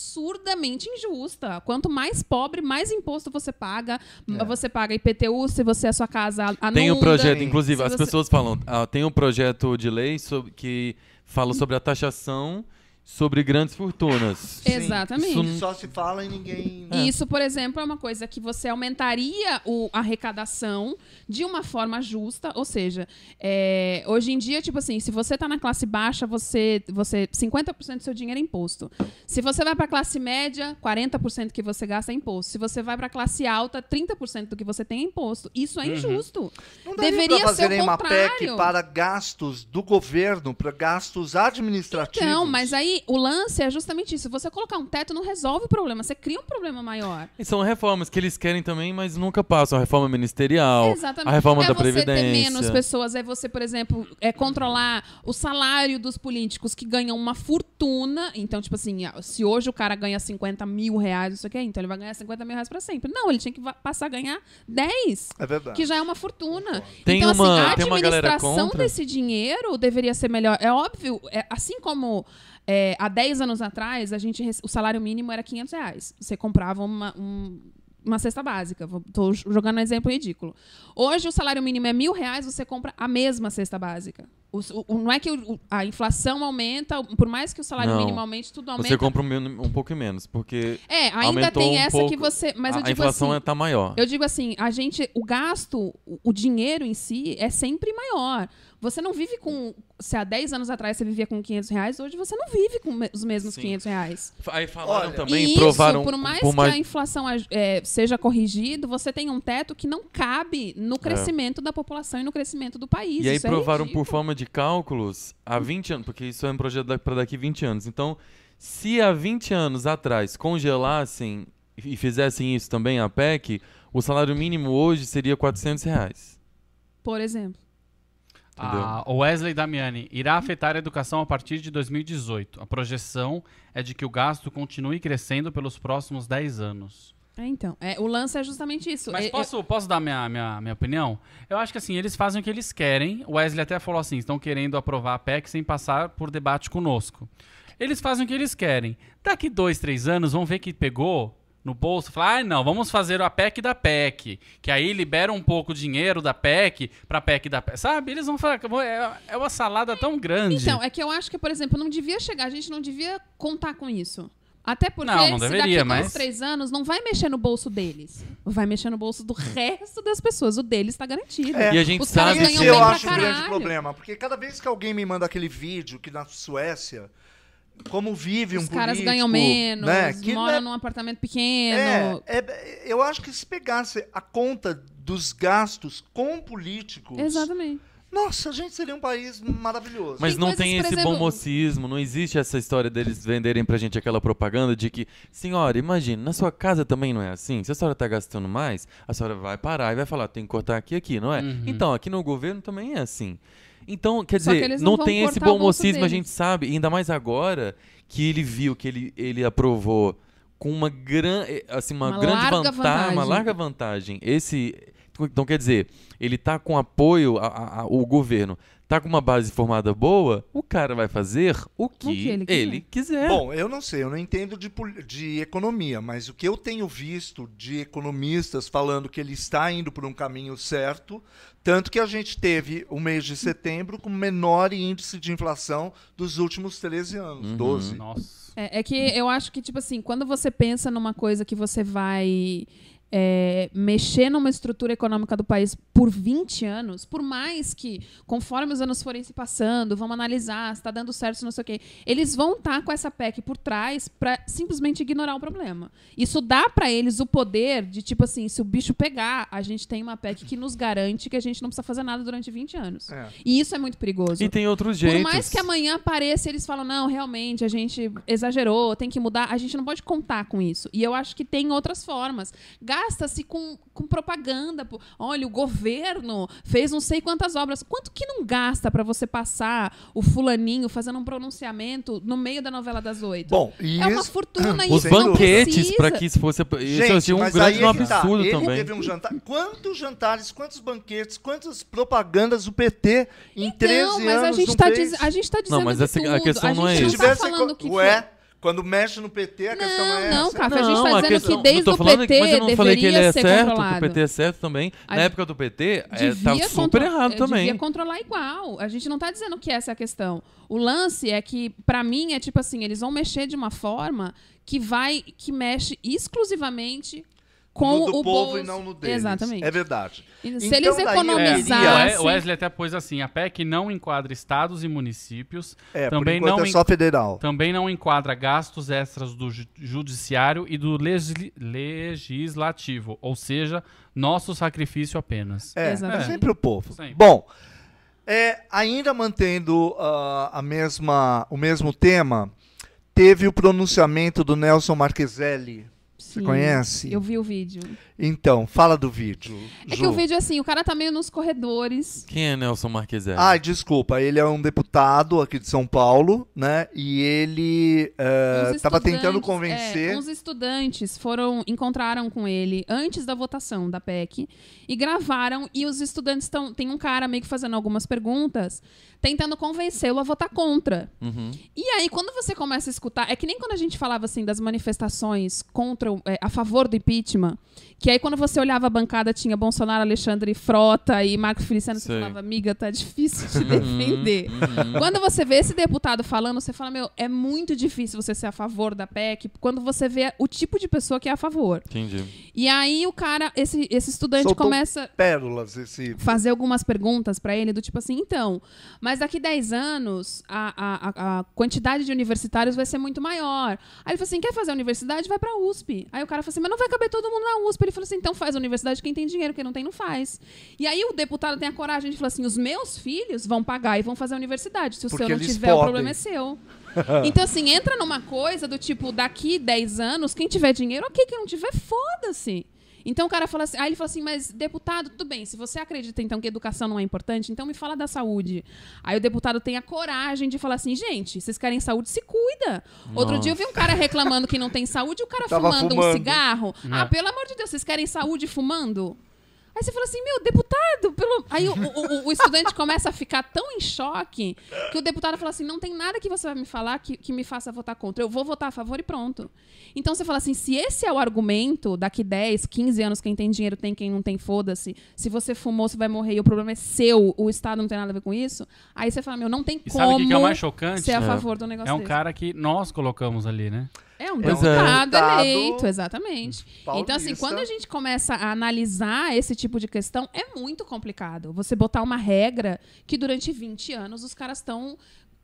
absurdamente injusta. Quanto mais pobre, mais imposto você paga. M- Você paga IPTU se você a sua casa anunda.
É. Tem um projeto,
Sim.
inclusive,
Se
as
você-
pessoas falam, ah, tem um projeto de lei sob- que fala sobre a taxação sobre grandes fortunas.
É.
Sim.
Exatamente.
Isso não-
Só se fala e ninguém. né?
E Isso, por exemplo, é uma coisa que você aumentaria o, a arrecadação de uma forma justa, ou seja, é, hoje em dia, tipo assim, se você tá na classe baixa, você, você 50% do seu dinheiro é imposto. Se você vai pra classe média, 40% que você gasta é imposto. Se você vai pra classe alta, 30% do que você tem é imposto. Isso é injusto.
Não daria
Deveria
pra
ser o
fazerem uma
contrário.
PEC para gastos do governo, para gastos administrativos.
Então, mas aí o lance é justamente isso. Você colocar um teto não resolve o problema, você cria um problema maior.
E São reformas que eles querem também, mas nunca passam. A reforma ministerial,
Exatamente.
a reforma
é
da
você
Previdência.
ter menos pessoas, é você, por exemplo, é controlar o salário dos políticos que ganham uma fortuna. Então, tipo assim, ah, se hoje o cara ganha 50 mil reais, isso aqui, então ele vai ganhar 50 mil reais pra sempre. Não, ele tinha que va- passar a ganhar 10.
É verdade.
Que já é uma fortuna.
Tem
então,
uma-
assim, a
tem uma galera
administração
contra?
desse dinheiro deveria ser melhor. É óbvio, é, assim como é, há 10 anos atrás, a gente rece- o salário mínimo era 500 reais. Você comprava uma, um- uma cesta básica. Vou- Tô j- jogando um exemplo ridículo. Hoje o salário mínimo é mil reais, você compra a mesma cesta básica. O s- o- o- não é que o- o- a inflação aumenta, por mais que o salário
Não.
mínimo aumente, tudo aumenta.
Você compra um, men- um pouco menos, porque
É, ainda
aumentou
tem
um
essa
pouco.
que você. Mas
a,
eu
a
digo
inflação
assim,
está maior.
eu digo assim, a gente, o gasto, o- o dinheiro em si é sempre maior. Você não vive com. Se há 10 anos atrás você vivia com 500 reais, hoje você não vive com me- os mesmos
Sim.
500 reais.
Aí falaram
Olha,
também,
e isso,
provaram...
por mais
por
que a inflação aj- é, seja corrigida, você tem um teto que não cabe no crescimento da população e no crescimento do país.
É. E aí
Isso é
provaram por
ridículo.
forma de cálculos há 20 anos, porque isso é um projeto da- pra daqui 20 anos. Então, se há 20 anos atrás congelassem e fizessem isso também a PEC, o salário mínimo hoje seria 400 reais.
Por exemplo.
Ah, o Wesley Damiani irá afetar a educação a partir de 2018. A projeção é de que o gasto continue crescendo pelos próximos 10 anos.
É, então. É, o lance é justamente isso.
Mas
É-
posso, posso dar minha, minha, minha opinião? Eu acho que assim, eles fazem o que eles querem. O Wesley até falou assim: estão querendo aprovar a PEC sem passar por debate conosco. Eles fazem o que eles querem. Daqui dois, três anos, vão ver que pegou no bolso e falar: ah, não, vamos fazer a PEC da PEC. Que aí libera um pouco o dinheiro da PEC pra PEC da PEC. Sabe? Eles vão falar: é, é uma salada tão grande.
Então, é que eu acho que, por exemplo, não devia chegar, a gente não devia contar com isso. Até porque
Não, não
se
deveria,
daqui a
mas-
dois, três anos, não vai mexer no bolso deles. Vai mexer no bolso do resto das pessoas. O deles tá garantido.
É.
E a gente
Os caras
sabe
ganham
Esse
que...
bem
eu
pra
acho um grande
caralho.
problema, porque cada vez que alguém me manda aquele vídeo que na Suécia, como vive um
Os
político...
caras ganham menos,
né, que
moram
não
num apartamento
é,
pequeno.
é, é- eu acho que se pegasse a conta dos gastos com políticos,
Exatamente.
nossa, a gente seria um país maravilhoso.
Mas
Tem
não
coisas,
tem
por
esse
exemplo-
bom mocismo, não existe essa história deles venderem pra gente aquela propaganda de que, senhora, imagina, na sua casa também não é assim? Se a senhora tá gastando mais, a senhora vai parar e vai falar, tem que cortar aqui e aqui, não é? Então, aqui no governo também é assim. Então, quer
Só que
dizer,
eles
não,
não vão
tem esse
cortar
bom
o bolso
mocismo, a
deles.
gente sabe, e ainda mais agora que ele viu que ele, ele aprovou com uma, gran, eh, assim, uma,
Uma
grande
larga
vantagem, uma
vantagem.
larga vantagem. Esse, então, quer dizer, ele tá com apoio, a- a- a- o governo tá com uma base formada boa, o cara vai fazer o que, ele,
ele quiser. É.
quiser.
Bom, eu não sei, eu não entendo de, poli- de economia, mas o que eu tenho visto de economistas falando que ele está indo por um caminho certo, tanto que a gente teve o mês de setembro com o menor índice de inflação dos últimos 13 anos, 12.
Nossa.
É, é que eu acho que, tipo assim, quando você pensa numa coisa que você vai é, mexer numa estrutura econômica do país por 20 anos, por mais que, conforme os anos forem se passando, vamos analisar se está dando certo, se não sei o quê, eles vão estar com essa PEC por trás para simplesmente ignorar o problema. Isso dá para eles o poder de, tipo assim, se o bicho pegar, a gente tem uma PEC que nos garante que a gente não precisa fazer nada durante 20 anos.
É.
E isso é muito perigoso.
E tem outros jeitos.
Por mais que amanhã apareça e eles falam, não, realmente, a gente exagerou, tem que mudar, a gente não pode contar com isso. E eu acho que tem outras formas. gasta-se com, com propaganda. pô. Olha, o governo fez não sei quantas obras. Quanto que não gasta pra você passar o fulaninho fazendo um pronunciamento no meio da novela das oito?
Bom, e
é uma
isso...
fortuna e
Os
não
banquetes
precisa.
pra que isso fosse.
Gente,
isso é um
mas
grande
aí
um
é que tá.
absurdo
Ele
também.
teve um jantar. Quantos jantares, quantos banquetes, quantas propagandas o PT em 13
Então, mas
anos
a gente
não
tá
fez?
diz- a gente tá dizendo
mas
de
essa- a
tudo.
questão não é
gente
Se
isso.
não tá
tivesse.
falando que
ué, quando mexe no PT, a questão
Não,
é
não,
essa.
cara. A gente tá
a
dizendo
questão-
que desde
eu tô
o
falando
PT
mas eu não falei que ele
deveria
é
ser
certo, que o
controlado.
PT é certo também.
A
Na
gente-
época do PT, é,
devia
tava super
contro-
errado
eh,
também.
Devia controlar igual. A gente não tá dizendo que essa é a questão. O lance é que, pra mim, é tipo assim, eles vão mexer de uma forma que vai, que mexe exclusivamente com
no do
o
povo
bolso.
e não no deles.
Exatamente.
É verdade.
E Se
Então,
eles
daí eu
economizassem...
queria-
É, o Wesley até pôs assim, a PEC não enquadra estados e municípios,
É,
Também
por enquanto
não
é
en-
só federal.
também não enquadra gastos extras do ju- judiciário e do lesli- legislativo, ou seja, nosso sacrifício apenas.
É,
Exatamente.
é sempre o povo.
Sempre.
Bom, é, ainda mantendo ah, a mesma, o mesmo tema, teve o pronunciamento do Nelson Marqueselli. Você
Sim.
conhece?
Eu vi o vídeo.
Então, fala do vídeo.
É que
Ju.
o vídeo é assim, o cara tá meio nos corredores.
Quem é Nelson Marqueselli?
Ai, desculpa, ele é um deputado aqui de São Paulo, né? E ele eh,
Uns
tava
estudantes,
tentando convencer.
é, uns estudantes foram encontraram com ele antes da votação da PEC e gravaram e os estudantes estão tem um cara meio que fazendo algumas perguntas tentando convencê-lo a votar contra.
Uhum.
E aí quando você começa a escutar é que nem quando a gente falava assim das manifestações contra o- é, a favor do impeachment que aí quando você olhava a bancada tinha Bolsonaro, Alexandre Frota e Marco Feliciano você
Sei.
falava amiga tá difícil te defender.
Uhum.
Quando você vê esse deputado falando, você fala, meu, é muito difícil você ser a favor da PEC, quando você vê o tipo de pessoa que é a favor.
Entendi.
E aí o cara, esse, esse estudante
Soltou-
começa
Pérolas, esse.
fazer algumas perguntas pra ele, do tipo assim, então, mas daqui 10 anos a, a- a, a quantidade de universitários vai ser muito maior. Aí ele falou assim: quer fazer universidade? Vai pra USP. Aí o cara falou assim: mas não vai caber todo mundo na USP. Ele falou assim: então faz a universidade, quem tem dinheiro, quem não tem, não faz. E aí o deputado tem a coragem de falar assim: os meus filhos vão pagar e vão fazer a universidade. Se o
Porque
seu não
eles
tiver, o
podem.
problema é seu. Então, assim, entra numa coisa do tipo, daqui 10 anos, quem tiver dinheiro, ok, quem não tiver, foda-se. Então o cara fala assim, aí ele fala assim, mas deputado, tudo bem, se você acredita então que educação não é importante, então me fala da saúde. Aí o deputado tem a coragem de falar assim, gente, vocês querem saúde, se cuida. Outro dia eu vi um cara reclamando que não tem saúde, o cara
Tava
fumando, um
fumando.
cigarro. Ah, pelo amor de Deus, vocês querem saúde fumando? Aí você fala assim, meu, deputado, pelo. Aí o, o- o- o estudante começa a ficar tão em choque que o deputado fala assim: não tem nada que você vai me falar que, que me faça votar contra. Eu vou votar a favor e pronto. Então você fala assim: se esse é o argumento, daqui 10, 15 anos, quem tem dinheiro tem, quem não tem, foda-se. Se você fumou, você vai morrer e o problema é seu, o Estado não tem nada a ver com isso. Aí você fala, meu, não tem
E
como
sabe o que que é o mais chocante?
ser a
É.
favor do negócio
É um
desse.
cara que nós colocamos ali, né?
É um
Pois é.
deputado
Deputado
eleito, exatamente.
paulista.
Então, assim, quando a gente começa a analisar esse tipo de questão, é muito complicado. Você botar uma regra que durante 20 anos os caras estão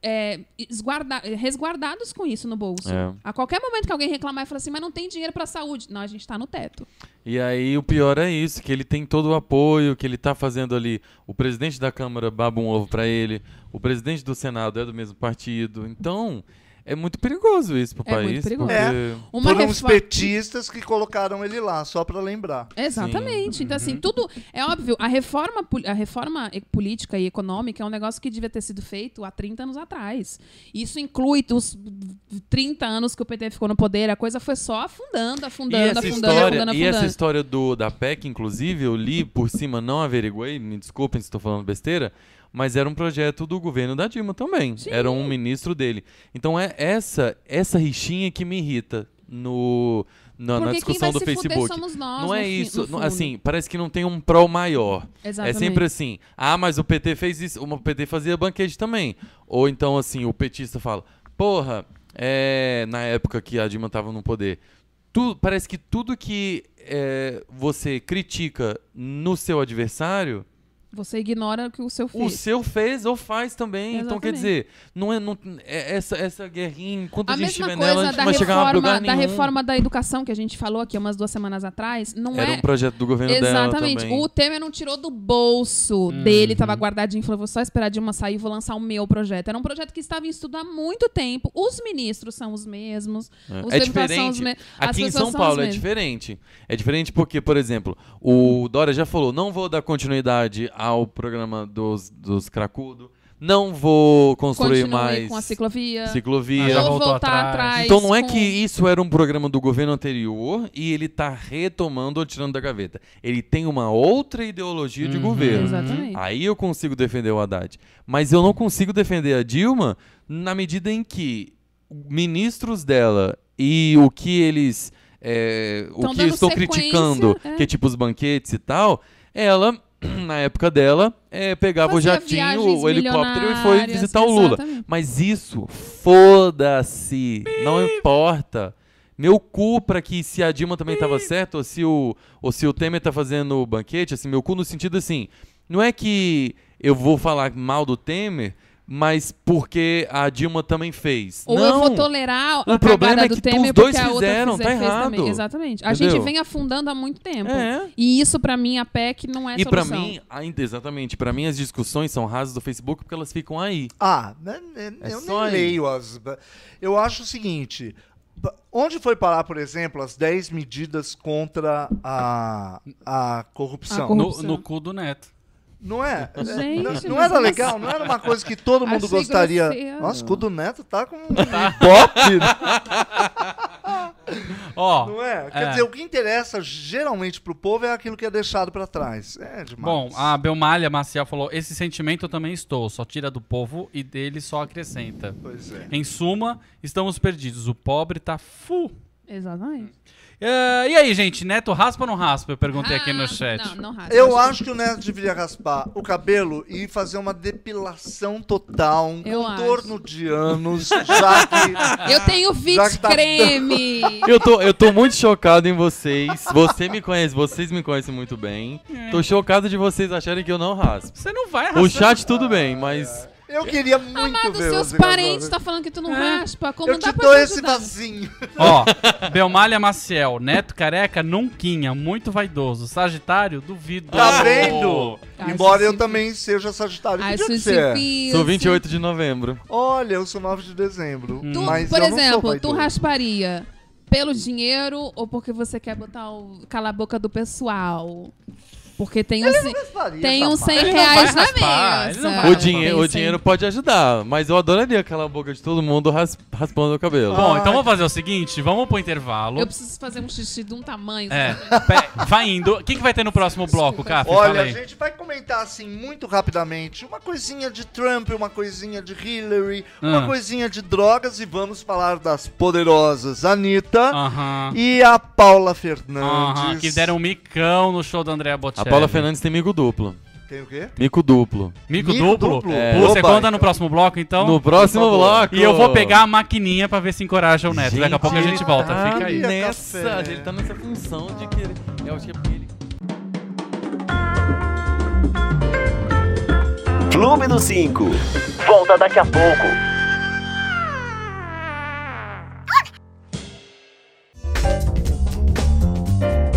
é, esguarda- resguardados com isso no bolso.
É.
A qualquer momento que alguém reclamar e falar assim, mas não tem dinheiro pra saúde. Não, a gente tá no teto.
E aí o pior é isso, que ele tem todo o apoio, que ele tá fazendo ali. O presidente da Câmara baba um ovo pra ele, o presidente do Senado é do mesmo partido. Então, é muito perigoso isso pro
É muito
país.
perigoso.
porque-
Uma
Foram os
reforma-
petistas que colocaram ele lá, só pra lembrar.
Exatamente. Então, assim,
Uhum.
tudo. É óbvio, a reforma, poli- a reforma e- política e econômica é um negócio que devia ter sido feito há 30 anos atrás. Isso inclui os 30 anos que o PT ficou no poder, a coisa foi só afundando, afundando,
e essa
afundando,
história,
afundando,
E
afundando.
essa história do, da PEC, inclusive, eu li por cima, não averiguei, me desculpem se estou falando besteira, mas era um projeto do governo da Dilma também. Era um ministro dele. Então é essa essa rixinha que me irrita no, na, na
Porque quem
discussão
vai
do
se
Facebook.
fuder somos nós.
não
no
é
fi-
isso.
no
não-
fundo.
assim, parece que não tem um prol maior.
Exatamente.
É sempre assim. Ah, mas o PT fez isso. O PT fazia banquete também. Ou então, assim, o petista fala: Porra, é, na época que a Dilma tava no poder. tu- parece que tudo que é, você critica no seu adversário
Você ignora o que o seu filho.
O seu fez ou faz também. Então, quer
Exatamente.
dizer, não é, não, é- essa, essa guerrinha, enquanto a,
A
gente
mesma
estiver
coisa
nela, a gente não
da,
vai chegar a
reforma,
lugar
da
nenhum.
reforma da educação que a gente falou aqui umas duas semanas atrás, não
Era
é.
um projeto do governo dela
Exatamente.
também.
O Temer não tirou do bolso dele,
Uhum.
tava guardadinho, falou: vou só esperar a Dilma sair e vou lançar o meu projeto. Era um projeto que estava em estudo há muito tempo. Os ministros são os mesmos. Os
É
deputados são os
diferente.
me- as
Aqui em
pessoas
São
são
Paulo
as
é
mesmas.
diferente. É diferente porque, por exemplo, o Dória já falou: não vou dar continuidade ao programa dos, dos Cracudo, não vou construir
Continue
mais
com a ciclovia.
ciclovia.
Ah, já
Ou
voltou
voltar
atrás.
atrás.
Então não é
com-
que isso era um programa do governo anterior e ele tá retomando ou tirando da gaveta. Ele tem uma outra ideologia de governo.
Exatamente.
Aí eu consigo defender o Haddad. Mas eu não consigo defender a Dilma na medida em que ministros dela e o que eles. é, o
Tão
que
dando
estão
sequência,
criticando,
é.
que é tipo os banquetes e tal, ela, na época dela, é, pegava
Fazia
o jatinho,
viagens
o helicóptero e foi
milionárias,
visitar o Lula.
exatamente.
Mas isso, foda-se. Não importa. Meu cu pra que se a Dilma também tava certa, ou se o, ou se o Temer tá fazendo o banquete, assim, meu cu no sentido assim. Não é que eu vou falar mal do Temer, mas porque a Dilma também fez.
Ou
não. É.
eu vou tolerar a
O problema
cagada
é que
do Temer
os dois
porque a outra
fizeram,
fizer-
tá
fez também.
errado.
Exatamente. A
Entendeu?
gente vem afundando há muito tempo.
É.
E isso, pra mim, a PEC não é
E pra
solução.
mim, ainda exatamente, pra mim as discussões são rasas do Facebook porque elas ficam aí.
Ah, né, né,
É
eu nem
só aí.
leio as. Eu acho o seguinte: ba- onde foi parar, por exemplo, as 10 medidas contra a, a corrupção?
A corru-
No,
Corrupção.
no cu do neto.
Não é? É,
Gente,
não- não
mas
era
nossa.
legal? Não era uma coisa que todo mundo
Achei
gostaria.
grosseiro.
Nossa, o cu do Neto tá com um
Pop!
Ó,
Não é? Quer
É.
dizer, o que interessa geralmente pro povo é aquilo que é deixado pra trás. É demais.
Bom, a Belmalha Maciel falou: esse sentimento eu também estou, só tira do povo e dele só acrescenta.
Pois é.
Em suma, estamos perdidos. O pobre tá fu.
Exatamente.
Ah, e aí, gente, Neto raspa ou não raspa? Eu perguntei aqui
Ah,
no chat.
Não, não raspa.
Eu acho que o Neto deveria raspar o cabelo e fazer uma depilação total, um
Eu
contorno de anos, já que.
Eu tenho
Já que
VIT
tá-
creme.
Eu tô, eu tô muito chocado em vocês. Você me conhece, vocês me conhecem muito bem.
É.
Tô chocado de vocês acharem que eu não raspo.
Você não vai raspar.
O chat tudo bem, mas.
Eu queria muito
Amado,
ver
seus
você
parentes
raspar.
tá falando que tu não
É.
raspa. Como
Eu
dá
te
pra
dou esse
ajudar?
vasinho.
Ó, Belmalha Maciel, Neto careca, nunquinha, muito vaidoso. Sagitário, duvido.
Tá vendo?
Ah,
Embora eu
Suzy.
também seja Sagitário.
Ai,
que dia que
Ah, Suzy
você é?
Filho,
Sou 28 de novembro.
Olha, eu sou 9 de dezembro.
Hum.
Tu,
mas
por
eu não sou
exemplo, tu
vaidoso.
rasparia pelo dinheiro ou porque você quer botar o cala a boca do pessoal? Porque tem um, ci-
rasparia,
tem uns
safado.
100
Ele não vai
reais na
raspar, ele não
mesa.
vai
O,
Ah,
dinhe
Tem
o
100.
dinheiro pode ajudar, mas eu adoraria aquela boca de todo mundo ras- raspando o cabelo.
Bom, então vamos fazer o seguinte: vamos pro intervalo.
Eu preciso fazer um xixi de um tamanho.
É, pe- vai indo. O que, que vai ter no próximo bloco, Café?
Olha,
Fala
a
aí.
gente vai comentar assim muito rapidamente uma coisinha de Trump, uma coisinha de Hillary,
Ah.
uma coisinha de drogas e vamos falar das poderosas Anitta
Aham.
e a Paula
Ah. Aham,
Fernandes.
que deram um micão no show da Andrea
A
Bocelli.
Paula Fernandes tem mico duplo.
Tem o quê?
Mico duplo.
Mico,
Mico
duplo?
duplo.
É.
Oba,
Você conta no
então.
próximo bloco, então?
No próximo
por favor.
bloco.
E eu vou pegar a maquininha pra ver se encoraja o Neto. Daqui a
Gente,
pouco a
ele
gente volta.
tá
Fica aí.
Nessa,
Café.
ele tá nessa função de que ele. Eu acho que é porque ele.
Clube do 5. Volta daqui a pouco.
Ah,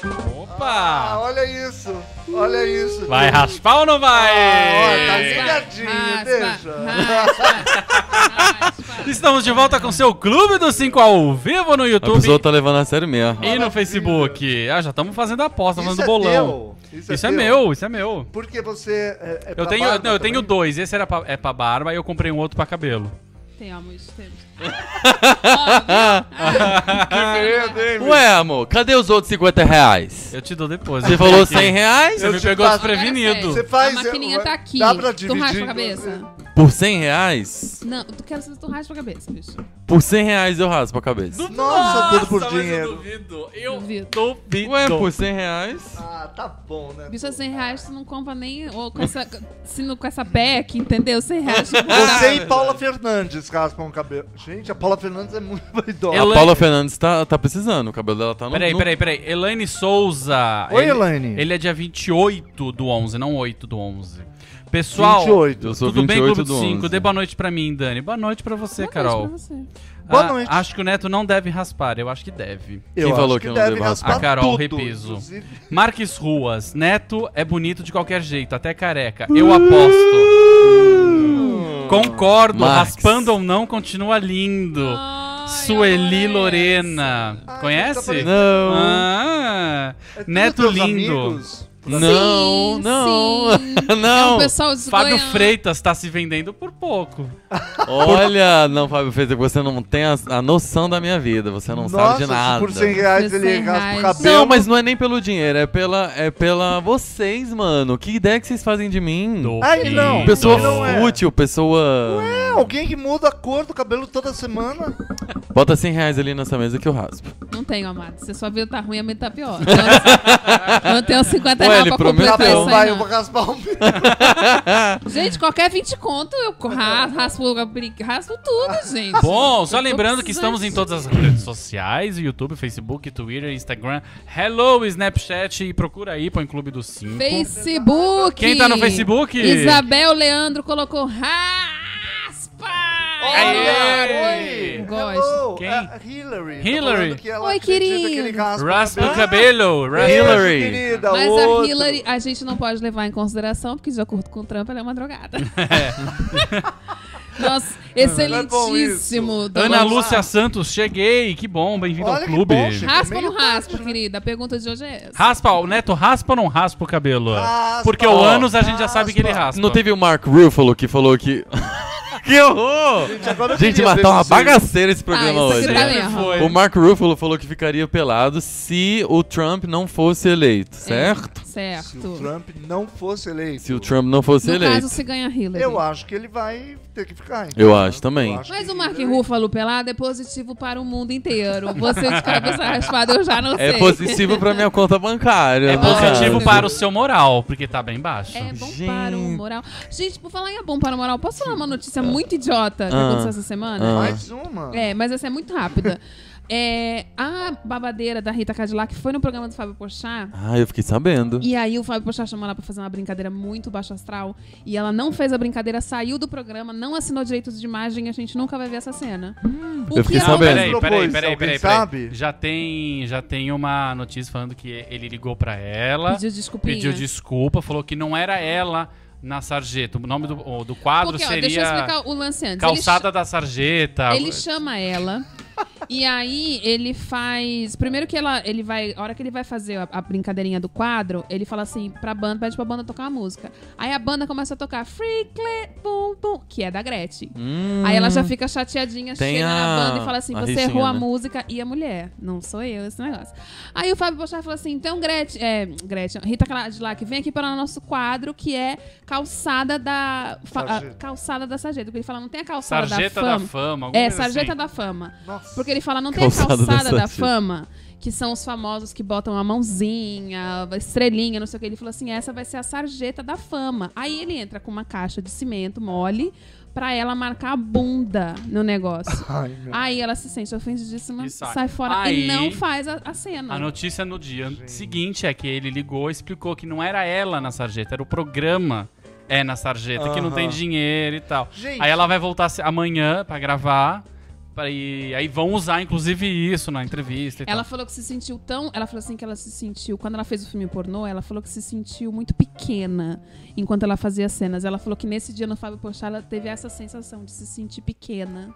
tá
Opa!
Ah, olha isso. Olha isso.
Vai raspar ou não
Ah, ó, tá
vai?
ligadinho,
Raspa,
deixa.
raspa, raspa.
Estamos de volta com seu Clube dos 5 ao vivo no
A
YouTube
pessoa tá levando a sério mesmo.
e no Facebook. Ah, já estamos fazendo a aposta, falando do bolão.
é teu,
Isso é
teu.
meu, isso é meu.
Porque você é, é
Eu
pra
tenho,
barba
não, eu tenho
também?
dois. Esse era pra, é pra barba e eu comprei um outro pra cabelo.
Temos, temos. é
é
Credo, hein, bicho?
Ah, Ué, amor, cadê os outros 50 reais?
Eu te dou depois.
Você
Eu
falou
tenho
100
aqui.
reais?
Você me
te
pegou
passo.
desprevenido.
Você faz-
A maquininha tá aqui.
Dá pra então?
Tu raspa
dividir?
a cabeça?
Por 100 reais?
Não, tu quero ser tu raspa a cabeça, bicho.
Por 100 reais eu raspo a cabeça.
Nossa, tudo por
mas Eu
dinheiro.
duvido. Eu
Duvido.
duvido.
Ué, por 100 reais?
Ah, tá bom, né?
Bicho, 100 reais tu não compra nem ou com essa, se não com essa PEC, entendeu? 100 reais tipo, tu
Você
compra.
e Paula Fernandes raspam o cabelo. Gente, a Paula Fernandes é muito vaidosa.
Ela-
A Paula Fernandes tá, tá precisando, o cabelo dela tá no.
Peraí,
no-
peraí, peraí. Elaine Souza.
Oi,
ele,
Elaine.
Ele é dia 28 do 11, não 8 do 11. Pessoal,
28.
Eu sou
tudo bem,
28
Clube
do
do 5?
11.
Dê boa noite pra mim, Dani. Boa noite pra você,
Boa noite
Carol.
pra você.
Boa
Ah,
noite.
acho que o Neto não deve raspar, eu acho que deve.
Quem
Eu acho
falou que eu não
deve
devo raspar?
raspar
A Carol
tudo,
Repiso.
inclusive.
Marques Ruas, Neto é bonito de qualquer jeito, até careca. Eu aposto.
Uh!
Concordo,
Marques.
raspando ou não, continua lindo.
Ai,
Sueli
adorei.
Lorena.
Ah, tá
Conhece?
parecendo-
Não.
Ah,
É tudo
Neto
teus
lindo.
amigos?
Não,
Sim,
não.
sim. É
não.
o pessoal de
Fábio
Goiânia.
Freitas tá se vendendo por pouco.
Olha, não, Fábio Feita, você não tem a, a noção da minha vida, você não sabe de
Nossa, é se
nada.
por 100 reais
Por
ele
100
raspa o
reais.
cabelo.
Não, mas não é nem pelo dinheiro, é pela, é pela vocês, mano. Que ideia que vocês fazem de mim?
Ai, não.
Pessoa
Não é.
fútil, pessoa.
É alguém que muda a cor do cabelo toda semana.
Bota 100 reais ali nessa mesa que eu raspo.
Não tenho, amado. Se a sua vida tá ruim, a minha tá pior. Então, eu não tenho 50
Ué,
reais
ele
pra
prometeu.
completar
Tá
isso
bom, vai,
aí,
eu vou
não.
raspar o meu.
Gente, qualquer 20 conto, eu ra- raspo, a briga- raspo tudo, gente.
Bom, só
Eu tô
lembrando que estamos em
precisando.
todas as redes sociais: YouTube, Facebook, Twitter, Instagram, Hello, Snapchat. E procura aí, põe Clube dos Cinco.
Facebook.
Quem tá no Facebook?
Isabel Leandro colocou raspa.
Aê!
Oi!
Gosto.
Hello,
Quem?
é Hillary. Tá
Hillary.
falando que ela
Oi,
acredita
querido.
que ele raspa o
Raspa o
cabelo.
cabelo.
Ah,
raspa-
beijo,
Hillary.
querida,
Mas a
outro.
Hillary, a gente não pode levar em consideração, porque de acordo com o Trump, ela é uma drogada. Nossa, excelentíssimo. Dona
é Ana
Lu-
Lúcia Santos, cheguei. Que bom, bem-vindo ao
Olha que
clube.
bom, gente.
Raspa ou
Meio
não raspa,
tarde, né?
querida? A pergunta de hoje é essa.
raspa, o Neto raspa ou não raspa o cabelo?
Raspa.
Porque o
Ó,
ânus a gente já sabe que ele
raspa.
raspa.
Não teve o Mark Ruffalo que falou que. que horror!
Agora eu
Gente,
queria
mas
ver
tá uma
vocês.
bagaceira esse programa
Ah, isso
hoje.
aqui tá mesmo.
foi.
O Mark Ruffalo falou que ficaria pelado se o Trump não fosse eleito, certo?
É,
Se o
certo.
Trump não fosse eleito,
Se o Trump não fosse
No
eleito.
caso, se ganha a Hillary.
eu acho que ele vai ter que ficar. então.
Eu acho também.
acho
Mas
que
o Mark
Hillary-
Ruffalo pelado é positivo para o mundo inteiro. Você de cabeça raspada, eu já não sei.
É positivo pra minha conta bancária.
É
no caso.
positivo para o seu moral, porque tá bem baixo.
É bom
Gente.
para o moral. Gente, por falar em é bom para o moral, posso falar uma notícia muito idiota que
Ah.
aconteceu essa semana?
Ah.
Mais uma.
É, mas essa é muito rápida. É, a babadeira da Rita Cadillac foi no programa do Fábio Pochá.
Ah, eu fiquei sabendo.
E aí o Fábio Pochá chamou ela pra fazer uma brincadeira muito baixo astral. E ela não fez a brincadeira, saiu do programa, não assinou direitos de imagem. A gente nunca vai ver essa cena. O
Hum. eu fiquei
que aconteceu-
sabendo.
peraí, peraí,
propôs,
peraí,
alguém
peraí, peraí.
sabe?
Já tem, já tem uma notícia falando que ele ligou pra ela, pediu,
Pediu desculpinha.
desculpa, falou que não era ela na sarjeta. O nome do, o- do quadro
Porque, ó, deixa eu
seria
explicar o lance antes. Ele
Calçada da Sarjeta.
Ele chama ela. E aí ele faz. Primeiro que ela, ele vai. A hora que ele vai fazer a, a brincadeirinha do quadro, ele fala assim pra banda, pede pra banda tocar uma música. Aí a banda começa a tocar Freaklet Boom Boom, que é da Gretchen.
Hum,
Aí ela já fica chateadinha,
Tem
chega
a-
na banda e fala assim:
a
você
rixinha,
errou a
né?
música e a mulher. Não sou eu, esse negócio. Aí o Fábio Pochá falou assim: então, Gretchen, é, Gretchen, Rita Cadillac, vem aqui para o nosso quadro que é calçada da. fa- a-
Sarjeta.
calçada da sarjeta. Porque ele fala, não tem a calçada
Sarjeta
da
da
fama.
Fama. alguma
É,
coisa
sarjeta
assim.
da fama.
Nossa.
Porque ele fala, não tem
Calçada
a calçada
da
da,
Santíssima.
fama, que são os famosos que botam a mãozinha, a estrelinha, não sei o que. Ele falou assim, essa vai ser a sarjeta da fama. Aí ele entra com uma caixa de cimento mole pra ela marcar a bunda no negócio.
Ai, meu.
Aí ela se sente ofendidíssima,
E sai.
sai. fora
Aí-
e não faz a, a cena.
A notícia no dia seguinte é que ele ligou e explicou que não era ela na sarjeta, era o programa é na sarjeta, que não
Aham.
tem dinheiro e tal.
Gente.
Aí ela vai voltar se- amanhã pra gravar. pra- e aí vão usar, inclusive, isso na entrevista e
Ela
tal.
falou que se sentiu tão. Ela falou assim que ela se sentiu. Quando ela fez o filme pornô, ela falou que se sentiu muito pequena enquanto ela fazia cenas. Ela falou que nesse dia no Fábio Porchat ela teve essa sensação de se sentir pequena.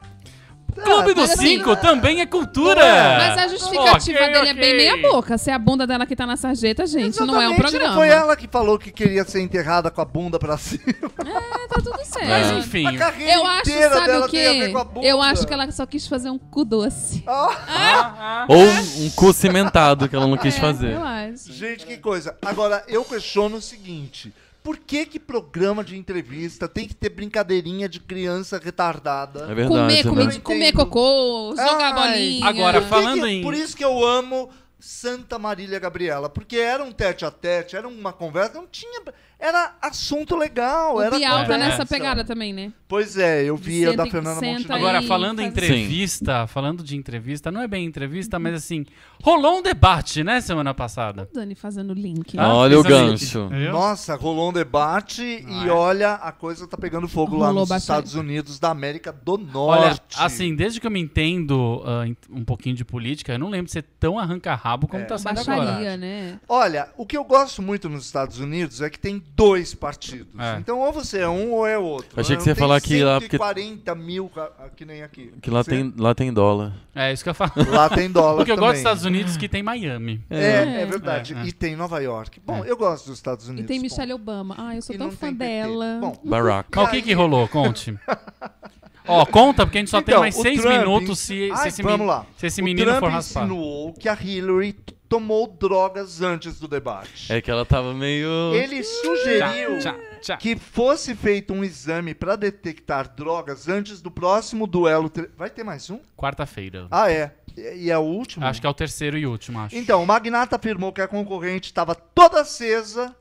Clube dos
mas assim-
Cinco também é cultura!
Mas a justificativa
Ok,
dele é
ok.
bem meia boca. Se é a bunda dela que tá na sarjeta, gente, não é um
Exatamente,
programa.
não Foi ela que falou que queria ser enterrada com a bunda pra cima.
É, tá tudo
Mas
certo.
enfim,
A carreira
Eu acho,
inteira
sabe
dela
o
tem a ver
quê?
com a bunda.
Eu acho que ela só quis fazer um cu doce.
né?
Ou um cu cimentado que ela não quis
É,
fazer.
Eu acho.
Gente, que coisa. Agora, eu questiono o seguinte. Por que que programa de entrevista tem que ter brincadeirinha de criança retardada?
É verdade.
comer, comer,
verdade.
comer cocô, jogar
Ai.
bolinha.
né? Agora,
Por que
falando
que- é
em-
Por isso que eu amo Santa Marília Gabriela, porque era um tete a tete, era uma conversa, não tinha. Era assunto legal,
o
era.
Bial tá
conversa.
nessa pegada também, né?
Pois é, eu vi a da
Senta-
Fernanda
senta
Montenegro.
aí.
Agora, falando em
faz-
entrevista, falando de entrevista, não é bem entrevista, mas assim, rolou um debate, né, semana passada.
Dani fazendo link.
Ah,
Olha o
exatamente.
gancho.
Viu?
Nossa, rolou um debate
Ah, é.
e olha, a coisa tá pegando fogo lá
Rolou
nos
bastante.
Estados Unidos da América do
Olha,
Norte.
assim, desde que eu me entendo ah, em- um pouquinho de política, eu não lembro de ser tão arranca-rabo
É,
como tá sendo
Baixaria,
agora.
né?
Olha, o que eu gosto muito nos Estados Unidos é que tem dois partidos.
É.
Então, ou você é um ou é outro.
Achei que
Não
você ia
tem
falar que lá- porque-
140 mil, ca- ah, que nem aqui.
Que lá
Você-
tem, lá tem dólar.
É isso que eu falo.
Lá tem dólar
O que eu gosto dos
também.
Estados Unidos é que tem Miami.
É, é verdade.
É, é.
E tem Nova York. Bom, eu gosto dos Estados
E
Unidos.
tem
bom.
Michelle Obama. Ah, eu sou
E
tão
não
fã
tem PT.
dela.
Bom,
Barack.
Mas o que que rolou? Conte. Ó, conta, porque a gente só tem
Então,
mais
o
seis
Trump-
minutos se, se
Ai,
esse
vamos
meni-
lá.
se esse
O
menino
Trump
for raspado.
insinuou que a Hillary t- tomou drogas antes do debate.
É que ela tava meio.
Ele sugeriu
Tchá, tchá, tchá.
que fosse feito um exame pra detectar drogas antes do próximo duelo. tre- Vai ter mais um?
Quarta-feira.
Ah, é. E e é o último?
Acho que é o terceiro e último, acho.
Então, o magnata afirmou que a concorrente estava toda acesa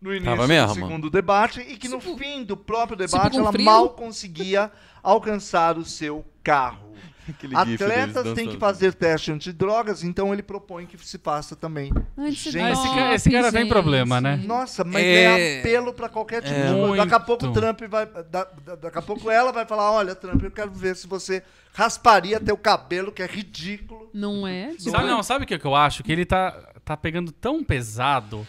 no início
Tava
do
mesmo.
segundo debate e que no fim do próprio debate
com
ela
frio?
mal conseguia alcançar o seu carro.
Aquele gif deles
Atletas têm
dançando.
que fazer teste antidrogas, então ele propõe que se faça também.
Antes
Gente,
de
Ah, esse
nós,
cara- esse cara tem
gente.
problema, né?
Nossa, mas
É.
é, apelo pra qualquer tipo.
É.
de coisa. Daqui a
Muito.
pouco o Trump vai. da- da- daqui a pouco ela vai falar: olha, Trump, eu quero ver se você rasparia teu cabelo, que é ridículo.
Não é? Tipo,
Sabe, não, sabe o que que eu acho? Que ele tá, tá pegando tão pesado.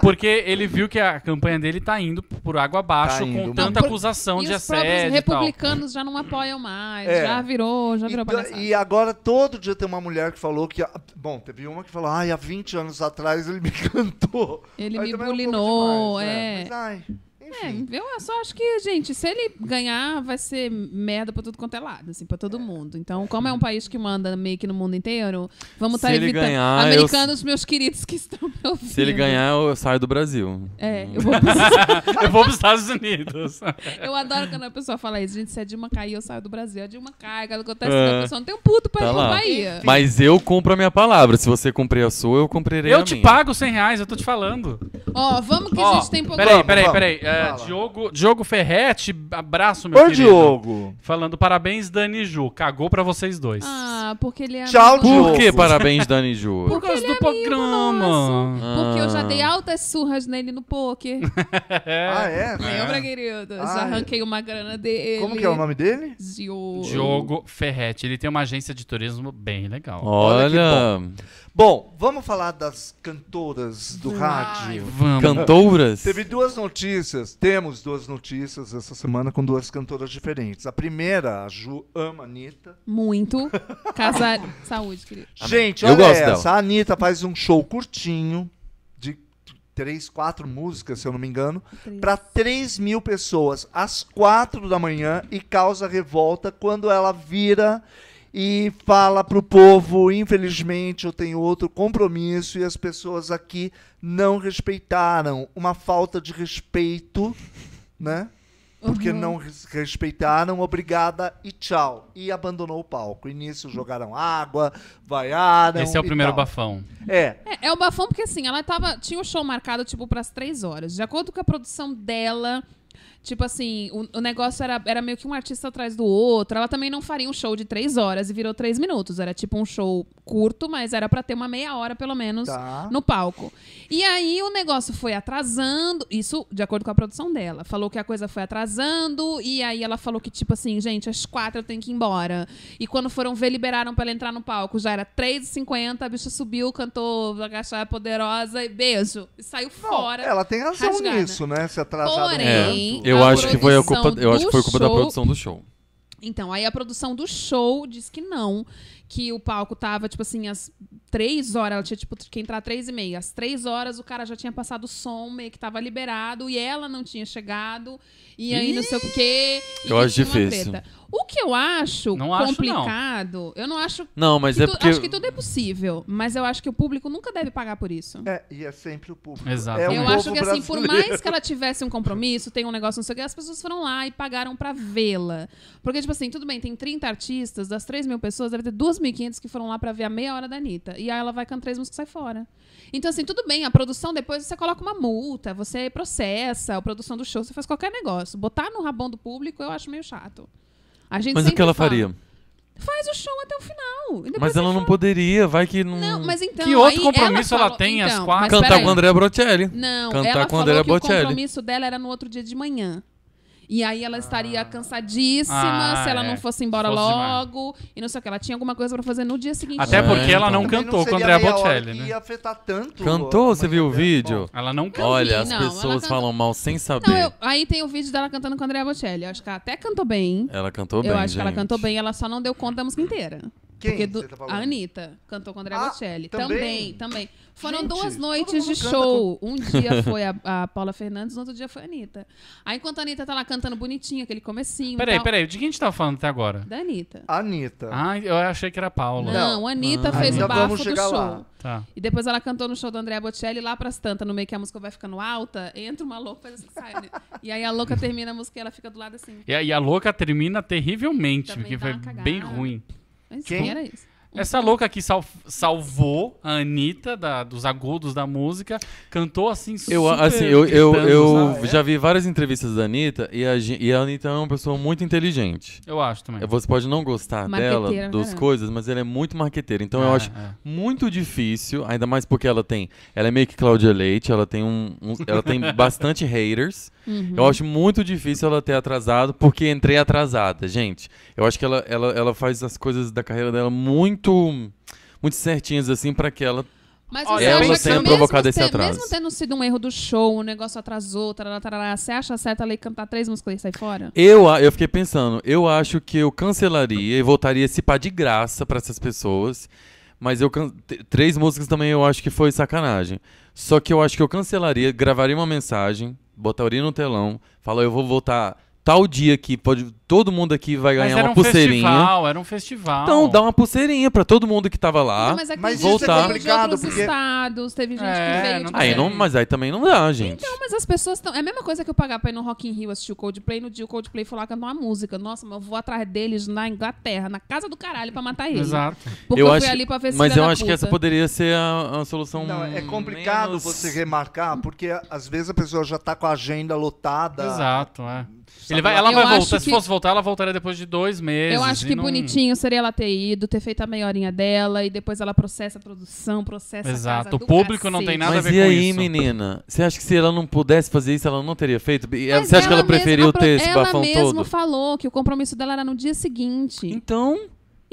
Porque ele viu que a campanha dele tá indo por água abaixo
Tá
com
indo,
tanta
mano.
acusação
e
de
os próprios
assédio e tal.
republicanos já não apoiam mais.
É.
Já virou, já virou
E,
palhaçada.
e agora todo dia tem uma mulher que falou que. Bom, teve uma que falou, ai, há 20 anos atrás ele me cantou.
Ele
Aí
me
também é um pouco
bulinou,
demais, né?
é.
Mas, assim. ai, enfim.
É, eu só acho que, gente, se ele ganhar, vai ser merda pra tudo quanto é lado, assim, pra todo mundo. Então, como é um país que manda meio que no mundo inteiro, vamos
Se
estar
ele
evitando.
ganhar, eu-
Americanos, meus queridos que estão me ouvindo.
Se ele ganhar, Hum. eu saio do Brasil.
É, eu vou precisar.
Eu vou pros Estados Unidos.
Eu adoro quando a pessoa fala isso. Gente, se a Dilma cair, eu saio do Brasil. A Dilma cai, aquilo acontece
É.
com a pessoa. Não tem um puto pra
Tá
ir pra
lá.
Bahia.
Mas eu cumpro a minha palavra. Se você cumprir a sua, eu cumprirei
Eu
a
te
minha.
pago 100 reais, eu tô te falando.
Ó, vamos que a
Ó,
gente tem pouco.
peraí,
Vamos,
peraí,
vamos.
peraí. É,
Fala.
Diogo, Diogo Ferretti, abraço, meu querido. Falando parabéns, Dani e Ju. Cagou pra vocês dois.
Ah, porque ele é.
Tchau,
amigo-
Diogo.
Por que parabéns, Dani Ju?
Por causa
é
do programa.
Porque eu já dei altas surras nele no poker.
Ah, é?
Lembra, querido?
Ah,
já arranquei uma grana dele.
Como que é o nome dele?
Diogo.
Diogo Ferretti. Ele tem uma agência de turismo bem legal.
Ah, Olha,
Bom, vamos falar das cantoras do rádio.
Vamos.
cantoras.
Teve duas notícias, temos duas notícias essa semana com duas cantoras diferentes. A primeira, a Ju ama a Anitta.
Muito. Casar. Saúde, querido.
Gente,
Eu
olha
gosto
essa. A Anitta faz um show curtinho, de três, quatro músicas, se eu não me engano,
Três.
para 3 mil pessoas às quatro da manhã e causa revolta quando ela vira e fala pro povo: infelizmente eu tenho outro compromisso e as pessoas aqui não respeitaram. Uma falta de respeito, né? Porque
Uhum.
não res- respeitaram, obrigada e tchau. E abandonou o palco. E nisso
Uhum.
jogaram água, vaiaram.
Esse é
um
o
e
primeiro
tal.
bafão.
É,
É, é o bafão porque assim, ela tava. Tinha o show marcado, tipo, pras três horas. De acordo com a produção dela. Tipo assim, o, o negócio era, era meio que um artista atrás do outro. Ela também não faria um show de três horas e virou três minutos. Era tipo um show curto, mas era pra ter uma meia hora, pelo menos,
Tá.
no palco. E aí o negócio foi atrasando. Isso de acordo com a produção dela. Falou que a coisa foi atrasando. E aí ela falou que, tipo assim, gente, às quatro eu tenho que ir embora. E quando foram ver, liberaram pra ela entrar no palco. Já era 3h50, a bicha subiu, cantou Agachar Poderosa e beijo. E saiu fora.
Ela tem razão
rasgada.
nisso, né? Se atrasar
Porém,
É,
Sim,
eu
a
acho que foi a culpa,
produção
eu acho que foi
do
culpa da
show-
produção do show.
Então, aí a produção do show disse que não, que o palco tava, tipo assim, às três horas, ela tinha, tipo, que entrar às três e meia. Às três horas o cara já tinha passado o som, meio que tava liberado, e ela não tinha chegado, e aí não sei o quê. e
Eu acho
tinha uma
difícil.
treta. O que eu acho
Não acho, não.
complicado, eu não acho
Não, mas
que
é
tu-
porque.
Acho que tudo é possível, mas eu acho que o público nunca deve pagar por isso.
É, e é sempre o público.
Exato.
É o
eu
povo
acho que assim, por
brasileiro.
mais que ela tivesse um compromisso, tem um negócio, não sei o que, as pessoas foram lá e pagaram pra vê-la. Porque, tipo assim, tudo bem, tem 30 artistas, das 3 mil pessoas, deve ter 2.500 que foram lá pra ver a meia hora da Anitta. E aí ela vai com três músicas e sai fora. Então, assim, tudo bem, a produção depois você coloca uma multa, você processa, a produção do show, você faz qualquer negócio. Botar no rabão do público eu acho meio chato. A gente
Mas o
sempre
que ela
fala,
faria?
Faz o show até o final. e depois
Mas
você
ela não poderia, vai que não.
não, mas então.
Que outro
aí
compromisso ela
falou-
tem às
então,
quatro?
mas
Cantar
peraí.
com o André Brocelli.
Não,
Cantar
ela
com
falou
Andrea
que o
Bocelli.
compromisso dela era no outro dia de manhã. E aí ela estaria cansadíssima
Ah,
se ela
é.
não fosse embora
Fosse
logo. E não sei o que. Ela tinha alguma coisa pra fazer no dia seguinte.
Até
É,
porque ela não
Também
cantou com o
seria
André
meia hora
Bocelli,
que
né?
ia afetar tanto. é
Cantou? Você viu o vídeo?
Ela não cantou.
Olha,
vi,
as
não, ela
pessoas
canta-
falam mal sem saber.
Não, eu- aí tem o vídeo dela cantando com a Andrea Bocelli. Eu acho que ela até cantou bem.
É,
Ela cantou bem.
eu acho que ela
gente.
cantou bem, ela só não deu conta da música inteira.
Quem
Porque
você tá falando?
a Anitta cantou com a André
Ah,
Bocelli.
também?
Também, também. Foram
Gente,
duas
todo
noites
mundo
de
canta
show. Um dia foi a, a Paula Fernandes, no outro dia foi a Anitta. Aí enquanto a Anitta tá lá cantando bonitinho, aquele comecinho. e
Peraí,
tal,
peraí, de quem a gente tava falando até agora?
Da Anitta.
Anitta.
Ah, eu achei que era a Paula.
Não, a Anitta fez
Ah. Ainda
o bafo
vamos
do
chegar
show.
lá.
Tá.
E depois ela cantou no show do André Bocelli, lá pras tantas, no meio que a música vai ficando alta, entra uma louca e sai. né? E aí a louca termina a música e ela fica do lado assim.
E, a- e a louca termina terrivelmente,
Também
porque
dá
foi
uma cagada.
bem ruim.
Mas
Quem?
quem era isso?
Essa louca aqui sal- salvou a Anitta da- dos agudos da música, cantou assim
Eu,
super
assim, eu, eu,
gritando,
eu
sabe?
já vi várias entrevistas da Anitta e a, gen- e a Anitta é uma pessoa muito inteligente.
Eu acho também.
Você pode não gostar dela,
Marqueteira,
dos
né?
coisas, mas ela é muito marqueteira. Então eu
É,
acho
é.
muito difícil, ainda mais porque ela tem. Ela é meio que Cláudia Leite, ela tem um. um- ela tem bastante haters.
Uhum.
Eu acho muito difícil ela ter atrasado, porque entrei atrasada, gente. Eu acho que ela, ela, ela faz as coisas da carreira dela muito. Muito certinhas, assim, pra que ela.
Mas
Olha,
você
ela
acha
tenha
que
provocado
mesmo,
esse
te-
atraso.
mesmo tendo sido um erro do show, o negócio atrasou, tarará, tarará, você acha certo ela ir cantar três músicas e sair fora?
Eu, a- eu fiquei pensando, eu acho que eu cancelaria e voltaria esse pá de graça pra essas pessoas. Mas eu can- t- três músicas também eu acho que foi sacanagem. Só que eu acho que eu cancelaria, gravaria uma mensagem, botaria no telão, falar eu vou voltar tal dia aqui, pode todo mundo aqui vai
Mas
ganhar
era
uma
um
pulseirinha.
festival, era um festival.
Então dá uma pulseirinha pra todo mundo que tava lá.
Não, mas
mas
acredito
isso é
que veio
complicado,
de outros
porque-
estados, teve gente
É,
que veio
não
de
tem.
Aí não,
Belém.
mas aí também não dá, gente.
Não, Então, mas as pessoas estão. É a mesma coisa que eu pagar pra ir no Rock in Rio assistir o Coldplay. No dia o Coldplay foi lá cantar uma música. Nossa, mas eu vou atrás deles na Inglaterra, na casa do caralho, pra matar ele.
Exato.
Porque eu, fui ali pra ver se
mas
filha
eu
da
acho que
puta.
essa poderia ser a, a solução.
Não, é complicado
menos-
você remarcar, porque às vezes a pessoa já tá com a agenda lotada.
Exato, é.
Sabe
Ele vai,
lá?
ela
Eu
vai
acho
voltar. Se
que-
fosse voltar, ela voltaria depois de dois meses.
Eu acho
e
que
não-
bonitinho seria ela ter ido, ter feito a meia horinha dela e depois ela processa a produção, processa a
Exato,
casa
o
do
público não
cacete.
tem nada a
Mas
ver
e
com
aí,
isso.
menina? Você acha que se ela não pudesse fazer isso, ela não teria feito? E
Mas
você acha que ela
mesma-
preferiu
a pro-
ter esse
ela
bafão
mesma
todo?
falou que o compromisso dela era no dia seguinte.
Então,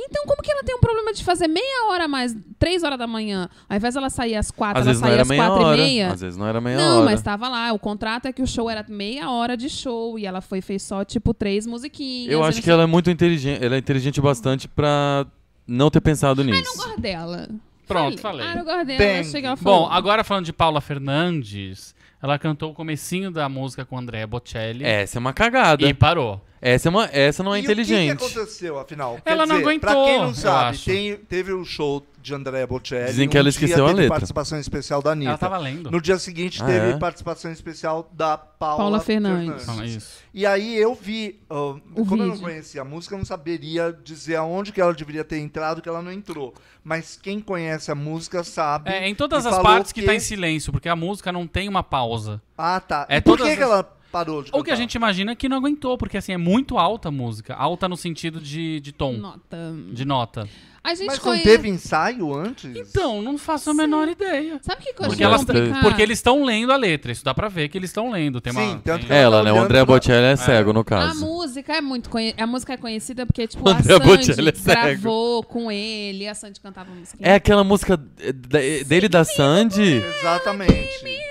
Então, como que ela tem um problema de fazer meia hora a mais, três horas da manhã? Ao invés dela sair às quatro,
às
ela
vezes não
sair
era
às
meia
tá quatro
hora.
e meia?
Às vezes não era meia
não,
hora.
mas tá tava lá. O contrato é que o show era meia hora de show e ela foi fez só, tipo, três musiquinhas.
Eu
e
acho
não
que ela é muito inteligente. Ela é inteligente bastante pra não ter pensado
sei- Ah, não
nisso.
gosto dela.
Pronto, falei.
Ah, não gosto dela.
Bem,
Achei que ela falou.
Bom, agora falando de Paula Fernandes, ela cantou o comecinho da música com André Bocelli
Essa é uma cagada.
e parou.
Essa, é uma... essa não é
E
inteligente.
O que que, aconteceu, afinal?
Ela não
Pra
aguentou,
quem não
eu
sabe,
acho.
tem- teve o show de André Bocelli.
Dizem que
um
ela
dia
esqueceu a
teve
letra.
participação especial da Anitta.
Ela tava lendo.
No dia seguinte
Ah,
teve
é?
participação especial da Paula,
Paula Fernandes.
Então, é isso.
E aí eu vi, ah,
O
como eu não
vídeo.
conhecia a música, eu não saberia dizer aonde que ela deveria ter entrado, que ela não entrou. Mas quem conhece a música sabe.
É, em todas
e
as
falou
partes que...
que
tá em silêncio, porque a música não tem uma pausa.
Ah, tá.
É
e por
todas
que,
as-
que ela parou de
Ou que a
cantar?
gente imagina que não aguentou, porque assim, é muito alta a música. Alta no sentido de, de tom,
Nota.
de nota.
A gente
Mas não
conhece-
teve ensaio antes?
Então, não faço a menor ideia.
Sabe que coisa
Porque,
que é
elas-
complicada?
porque eles estão lendo a letra, isso dá pra ver que eles estão lendo. Tem uma,
Sim, tanto
tem-
que é.
Ela, né? O
olhando
André
pra-
Bocelli é cego, no
A
caso.
música é muito conhe... A música é conhecida porque, tipo, a
André
Sandy
Bocelli é cego.
gravou com ele, a Sandy cantava a música.
É aquela música eh, da- eh, dele da Sandy?
Exatamente.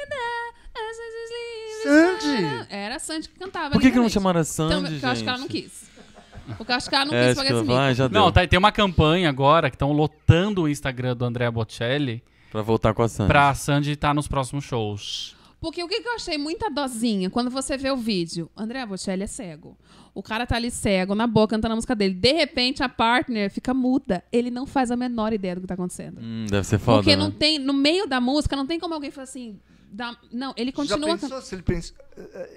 Sandy!
Era a Sandy que cantava.
Por que, que não
lindamente.
chamaram a
Então,
Sandy,
porque eu acho que ela não
gente?
quis. O Cascar não
É,
quis assim,
isso que
pagar
eu
esse
falo, ah,
mico.
já
Não,
deu.
tá, tem uma campanha agora que estão lotando o Instagram do André Bocelli
Pra voltar com a Sandy.
pra Sandy estar nos próximos shows.
Porque o que, que eu achei muita dozinha quando você vê o vídeo? André Bocelli é cego. O cara tá ali cego, na boca, cantando a música dele. De repente, a partner fica muda. Ele não faz a menor ideia do que tá acontecendo.
Hum, deve ser foda,
Porque
né?
não tem, no meio da música, não tem como alguém falar assim. dá- não, ele continua.
Já pensou se ele, pensa,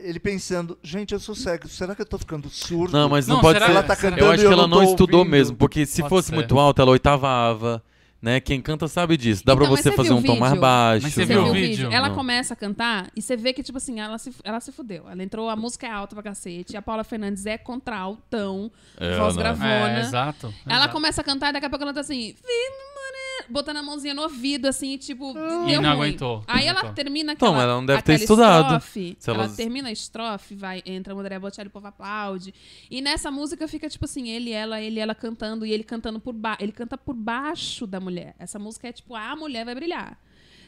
ele pensando, gente, eu sou cego, será que eu tô ficando surdo?
Não, mas não,
Não,
pode
será-
ser.
ela tá
eu
cantando
acho que
e eu
ela
não
não,
tô
estudou
ouvindo.
mesmo, porque se
Pode
fosse
ser.
muito alta, ela oitavava. Né? Quem canta sabe disso. Dá pra
Então, mas
você
você
fazer
viu
um
o
tom mais
vídeo?
baixo.
Mas
Você
viu
vê o
o
vídeo,
vídeo?
ela
Não.
começa a cantar e você vê que, tipo assim, ela se, ela se fudeu. Ela entrou, a música é alta pra cacete. A Paula Fernandes é contraltão,
É,
voz
né?
gravona.
É, exato.
Ela
exato.
começa a cantar e daqui a pouco ela tá assim. "Vimane", Botando a mãozinha no ouvido, assim, tipo.
E
deu
não
ruim.
aguentou, não
Aí ela
aguentou.
termina
Então,
aquela.
ela não deve ter
aquela
estudado.
Estrofe,
Se
ela...
ela-
termina a estrofe, vai, entra o André Bocelli, o povo aplaude. E nessa música fica, tipo assim, ele, ela, ele, ela cantando e ele cantando por baixo. Ele canta por baixo da mulher. Essa música é tipo, a mulher vai brilhar.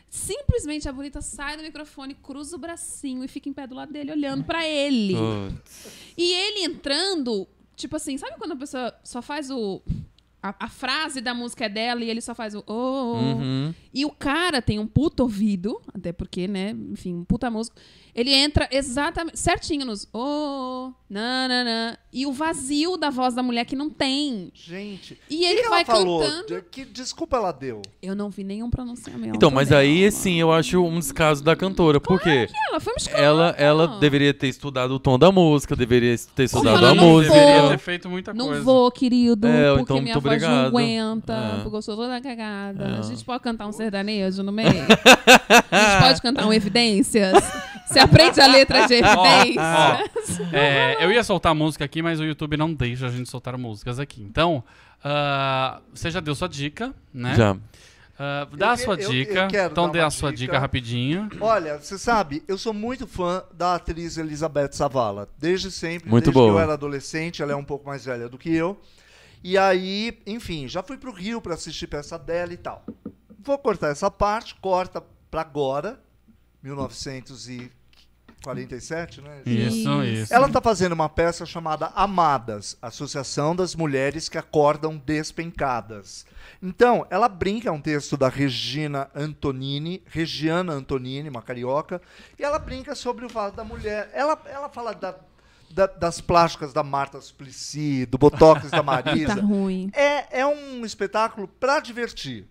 Simplesmente a bonita sai do microfone, cruza o bracinho e fica em pé do lado dele, olhando pra ele.
Putz.
E ele entrando, tipo assim, sabe quando a pessoa só faz o. A, a frase da música é dela e ele só faz o. Oh, oh, oh.
Uhum.
E o cara tem um puto ouvido, até porque, né? Enfim, um puta músico. Ele entra exatamente. certinho nos. Oh, oh, oh, nananã. E o vazio da voz da mulher que não tem.
Gente,
E
que
ele
que
vai
ela falou?
cantando.
De- Que desculpa ela deu?
Eu não vi nenhum pronunciamento.
Então, mas
dela.
aí sim eu acho um descaso da cantora. Por quê?
Ela foi um escândalo.
Ela, ela deveria ter estudado o tom da música, deveria ter estudado
ela
a
não
música.
Deveria
vou.
ter feito muita
Não
coisa.
vou, querido,
É, ou
porque
então,
minha
muito
voz não
obrigado.
aguenta,
É.
porque eu sou toda cagada.
É.
A gente pode cantar um sertanejo no meio? a gente pode cantar um Evidências? Você aprende a letra de
Ó,
Evidências?
ó, é, eu ia soltar música aqui, mas o YouTube não deixa a gente soltar músicas aqui. Então, ah, você já deu sua dica, né?
Já.
Ah, dá a
Eu que-
sua
eu- eu
dica.
quero
então
dar
dê
uma
a sua dica,
dica.
rapidinho.
Olha, você sabe, eu sou muito fã da atriz Elizabeth Savala. Desde sempre,
Muito
desde que
boa.
eu era adolescente, ela é um pouco mais velha do que eu. E aí, enfim, já fui pro Rio pra assistir peça dela e tal. Vou cortar essa parte, corta pra agora, 1947, né? gente?
Isso,
Isso.
isso.
Ela tá fazendo uma peça chamada Amadas, Associação das Mulheres que Acordam Despencadas. Então, ela brinca, é um texto da Regina Antonini, Regiana Antonini, uma carioca, e ela brinca sobre o fato da mulher. Ela, ela fala da- da- das plásticas da Marta Suplicy, do Botox da
Tá
Marisa.
ruim.
É, é um espetáculo pra divertir.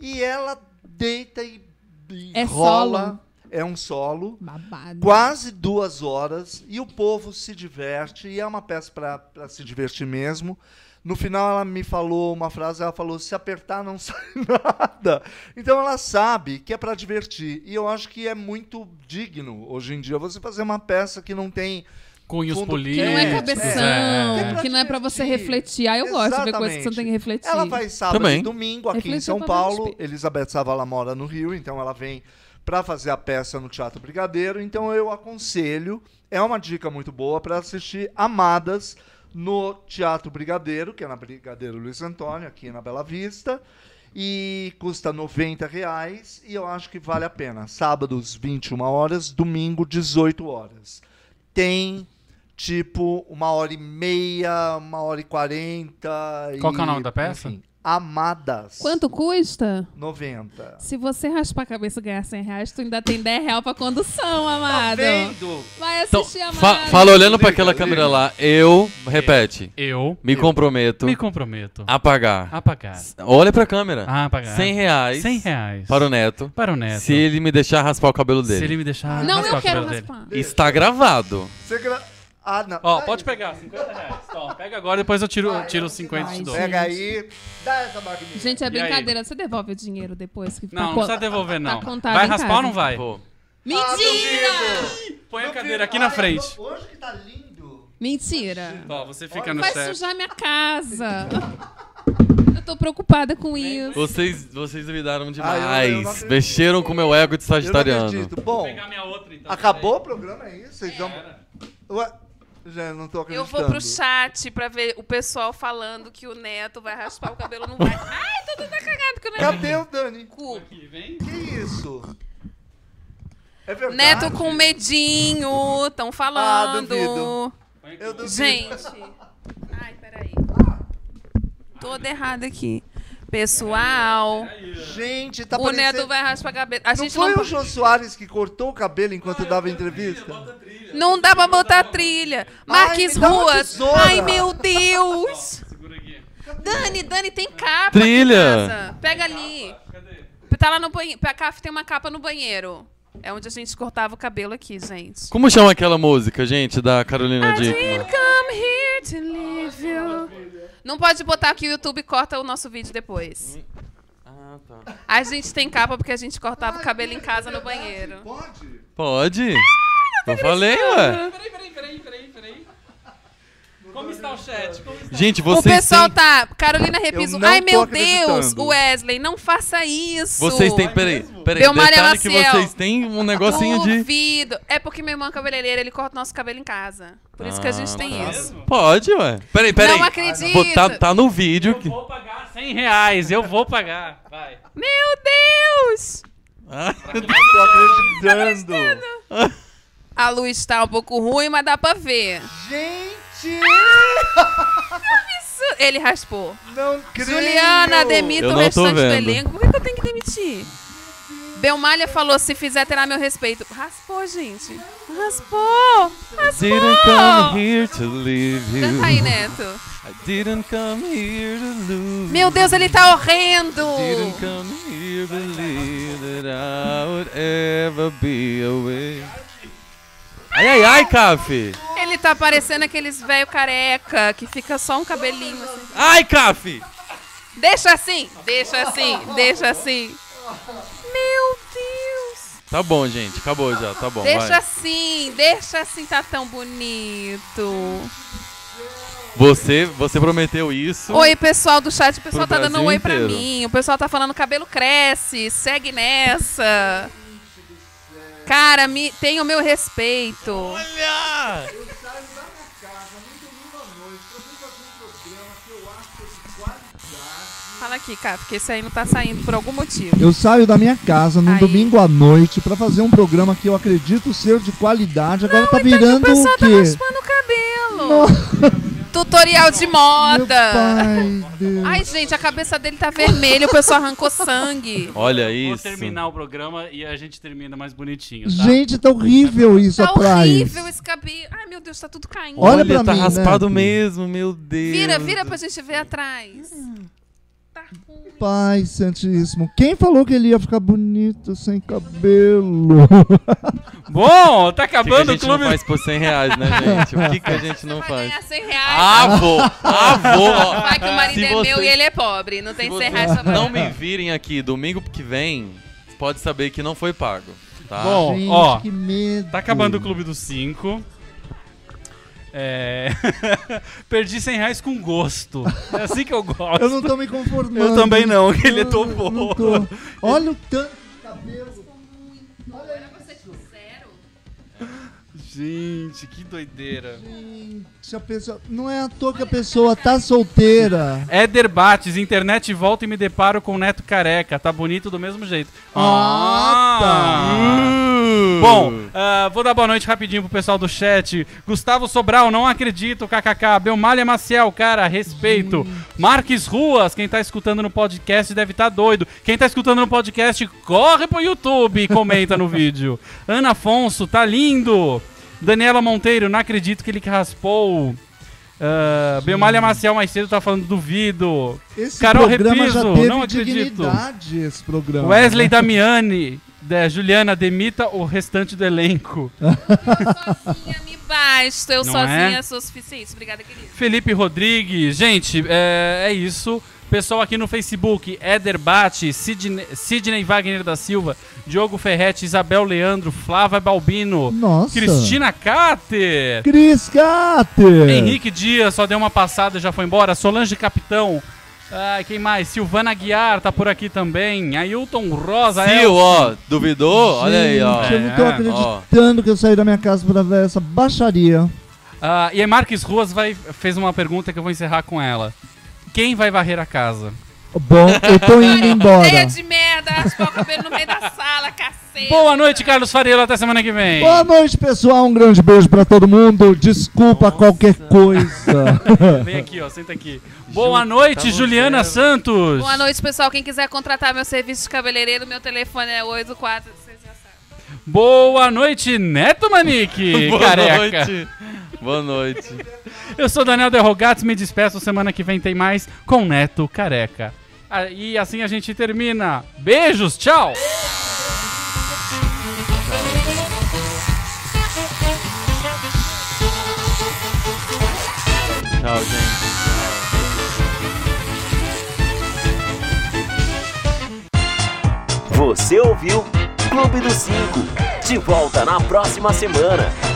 E ela deita e, e
É
rola.
solo?
É um solo
Babado.
quase duas horas e o povo se diverte e é uma peça para se divertir mesmo. No final ela me falou uma frase, ela falou: "Se apertar não sai nada". Então ela sabe que é para divertir e eu acho que é muito digno hoje em dia você fazer uma peça que não tem
Cunhos
fundo-
políticos.
Que não é
É,
cabeção,
é.
que não é pra você refletir. Ah, eu gosto de ver coisas que você não tem que refletir.
Ela vai sábado
Também.
e domingo aqui
Refletir
em São
o papel do
Paulo.
espelho.
Elizabeth Savala mora no Rio, então ela vem para fazer a peça no Teatro Brigadeiro. Então eu aconselho, é uma dica muito boa para assistir Amadas no Teatro Brigadeiro, que é na Brigadeiro Luiz Antônio, aqui na Bela Vista. E custa R$ 90 reais e eu acho que vale a pena. Sábados, 21 horas, domingo, 18 horas. Tem tipo uma hora e meia, uma hora e quarenta.
Qual
e-
que é o nome da peça?
Amadas.
Quanto custa?
90.
Se você raspar a cabeça e ganhar 100 reais, tu ainda tem 10 reais pra condução, amado.
Vendo?
Vai
Então,
assistir, amado.
fa- fala olhando pra
Liga,
aquela
liga.
câmera lá. Eu, repete,
Eu
me comprometo
me comprometo
a pagar.
a pagar.
Olha pra câmera.
A pagar.
100 reais,
100 Ah, é. reais.
para o Neto.
Para o Neto.
Se ele me deixar raspar o cabelo
É, Se
dele.
ele me deixar.
Não,
raspar
eu
o
quero
cabelo dele.
raspar.
Está gravado.
Você gra... Ah, não.
Ó,
Ai,
pode pegar, 50 reais. Então, pega agora, depois eu tiro, tiro os 50 e te
Tá
dou.
Pega aí. Dá essa magnífica.
Gente, é
aí?
brincadeira. Você devolve o dinheiro depois que tá
Não, não
co-
precisa devolver, não.
contado
Vai
em
raspar
casa.
ou não vai?
Pô,
Mentira!
Põe a cadeira aqui na frente.
Tá Hoje que tá lindo.
Mentira.
Ó, você fica no
Vai
set.
sujar minha casa. Eu tô preocupada com isso.
vocês, vocês duvidaram demais.
Ah, eu- eu não acredito.
Mexeram com o meu ego de
Eu não
sagitariano.
acredito. Bom,
pegar minha outra, então.
acabou o programa, é isso? Vocês vão... Ué, já não tô
Eu
acreditando.
vou pro chat pra ver o pessoal falando que o Neto vai raspar o cabelo, não vai. Ai, tô toda cagada que o Neto...
Cadê o Dani?
Cu.
Aqui, vem.
Que isso? É verdade?
Neto com Ah, medinho, tão falando.
duvido. Eu duvido.
Gente. Ai, peraí. toda errada aqui. Pessoal,
Gente, tá
o
parecendo...
Neto vai raspar a cabeça. A
Não
gente
foi
não, Ah,
o Jô Soares que cortou o cabelo enquanto dava entrevista?
não dá pra botar trilha. Marques
me dá uma
Ruas.
tesoura.
Ai, meu Deus. Dani, Dani, tem capa. aqui em
Trilha.
casa. Pega ali. Tá lá no banheiro. Pra cá tem uma capa no banheiro. É onde a gente cortava o cabelo aqui, gente.
Como chama aquela música, gente, da Carolina
I didn't
Dickman?
come here to leave you. Não pode botar que o YouTube corta o nosso vídeo depois.
Ah, tá.
A gente tem capa porque a gente cortava o cabelo em casa no
é
banheiro.
Pode?
Pode? eu falei, ué.
Peraí, peraí, peraí, peraí, peraí. Como está o chat? Como está?
Gente,
O
vocês
pessoal
têm...
tá. Carolina Repiso.
Eu não
Ai,
tô
meu
acreditando.
Deus, Wesley, não faça isso.
Vocês têm... Peraí, peraí.
Belmar e
Detalhe que
Maciel.
vocês têm um negocinho de...
Duvido. É porque meu irmão é cabeleireiro, ele corta o nosso cabelo em casa. Por isso que a gente
Ah,
tem
tá.
isso.
Pode, ué. Peraí, peraí.
Não acredito.
Vou- Tá, tá no vídeo. Que...
Eu vou pagar 100 reais, eu vou pagar. Vai.
Meu Deus!
Ah,
Tô acreditando.
A luz tá um pouco ruim, mas dá pra ver.
Gente,
Isso, ele raspou.
não creio.
Juliana, demita
Eu
o
não tô
restante do
vendo.
elenco. Por que, que eu tenho que demitir? Belmalha falou, se fizer, terá meu respeito. Raspou, gente. Raspou.
Didn't come
Raspou.
here to leave you.
Canta aí, Neto.
I didn't come here to lose.
Meu Deus, ele tá horrendo.
Didn't come here believe that I would ever be away. Ai, ai, ai, Caf!
Ele tá parecendo aqueles velho careca que fica só um cabelinho assim.
Ai, Caf!
Deixa assim, deixa assim, deixa assim. Meu Deus.
Tá bom, gente, acabou já, tá bom.
Deixa
Vai.
assim, deixa assim, tá tão bonito.
Você, você prometeu isso.
Oi, pessoal do chat. O pessoal
Pro
tá dando um
Brasil
oi pra
inteiro.
mim. O pessoal tá falando cabelo cresce, segue nessa. Cara, me, tem o meu respeito.
Olha!
Fala aqui, cara, porque esse aí não tá saindo por algum motivo.
Eu saio da minha casa num
Aí.
domingo à noite pra fazer um programa que eu acredito ser de qualidade. Agora tá
Então, o
virando
pessoal
o
tá
quê?
raspando o cabelo. Tutorial de
Meu
moda.
pai, Deus.
Ai, gente, a cabeça dele tá vermelha, o pessoal arrancou sangue.
Olha
Vou
isso.
terminar o programa e a gente termina mais bonitinho, tá?
Gente, tá horrível isso
Tá
atrás.
horrível esse cabelo. Ai, meu Deus, tá tudo caindo.
Olha
Olha,
pra
tá
mim, né,
raspado
Neto.
mesmo, meu Deus.
Vira, vira pra gente ver atrás. Tá ruim.
Pai Santíssimo, quem falou que ele ia ficar bonito sem cabelo?
Bom, tá
O que, que a
acabando o
gente não
clube.
faz por 100 reais, né, gente? O que, que a gente não
vai
faz?
ganhar 100 reais.
Avô! Avô! ó.
Vai que o marido
Se
é meu
vocês-
e ele é pobre. Não
Se
tem 100
vocês
reais pra
não me virem aqui domingo que vem, pode saber que não foi pago, tá?
Bom,
Gente,
ó,
que medo.
Tá acabando o clube dos 5. É... Perdi 100 reais com gosto. É assim que eu gosto.
Eu não tô me conformando.
Eu também não, que ele é
Eu
topou.
não tô. Olha o tanto de cabelo.
Gente, que doideira.
Gente, a pessoa... Não é à toa que a pessoa tá solteira.
É. Éder Bates, internet volta e me deparo com o Neto Careca. Tá bonito do mesmo jeito.
Ah,
Ah. Bom, ah, vou dar boa noite rapidinho pro pessoal do chat. Gustavo Sobral, não acredito, kkk. Belmalha Maciel, cara, respeito. Marques Ruas, quem tá escutando no podcast deve tá doido. Quem tá escutando no podcast, corre pro YouTube e comenta no vídeo. Ana Afonso, tá lindo. Daniela Monteiro, não acredito que ele que raspou. Ah, Belmalha Maciel mais cedo tá falando duvido.
Esse
Carol
programa já
Repiso,
teve
não acredito.
dignidade, esse
Tá.
programa. né?
Wesley Damiani, da Juliana, demita o restante do elenco.
sozinha me basta. Eu
Não
sozinha
é?
sou suficiente. Obrigada, querida.
Felipe Rodrigues, gente, é, é isso. Pessoal aqui no Facebook, Éder Bate, Sidney, Sidney Wagner da Silva, Diogo Ferretti, Isabel Leandro, Flávia Balbino,
Nossa.
Cristina Cater,
Cris Cater.
Henrique Dias, só deu uma passada e já foi embora. Solange Capitão. Ah, quem mais? Silvana Guiar tá por aqui também. Ailton Rosa. é,
Sil,
Elson.
ó, duvidou? Olha aí, ó.
Gente, eu não tô
É,
acreditando que eu saí da minha casa pra ver essa baixaria.
Ah, e a Marques Ruas vai, fez uma pergunta que eu vou encerrar com ela. Quem vai varrer a casa?
Bom, eu tô indo
Cara,
embora.
Ideia de merda. pedaço pra comer no meio da sala, cacete.
Boa noite, Carlos Farelo. Até semana que vem.
Boa noite, pessoal. Um grande beijo pra todo mundo. Desculpa qualquer coisa.
Vem aqui, ó. Senta aqui. Boa noite, Juliana Santos.
Boa noite, pessoal. Quem quiser contratar meu serviço de cabeleireiro, meu telefone é 84. vocês já sabem.
Boa noite, Neto Manique.
Boa
careca.
noite. Boa noite.
Eu sou Daniel Derrogatos, me despeço. Semana que vem tem mais com Neto Careca. Ah, e assim a gente termina. Beijos, tchau!
Tchau, gente.
Você ouviu Clube dos Cinco. De volta na próxima semana.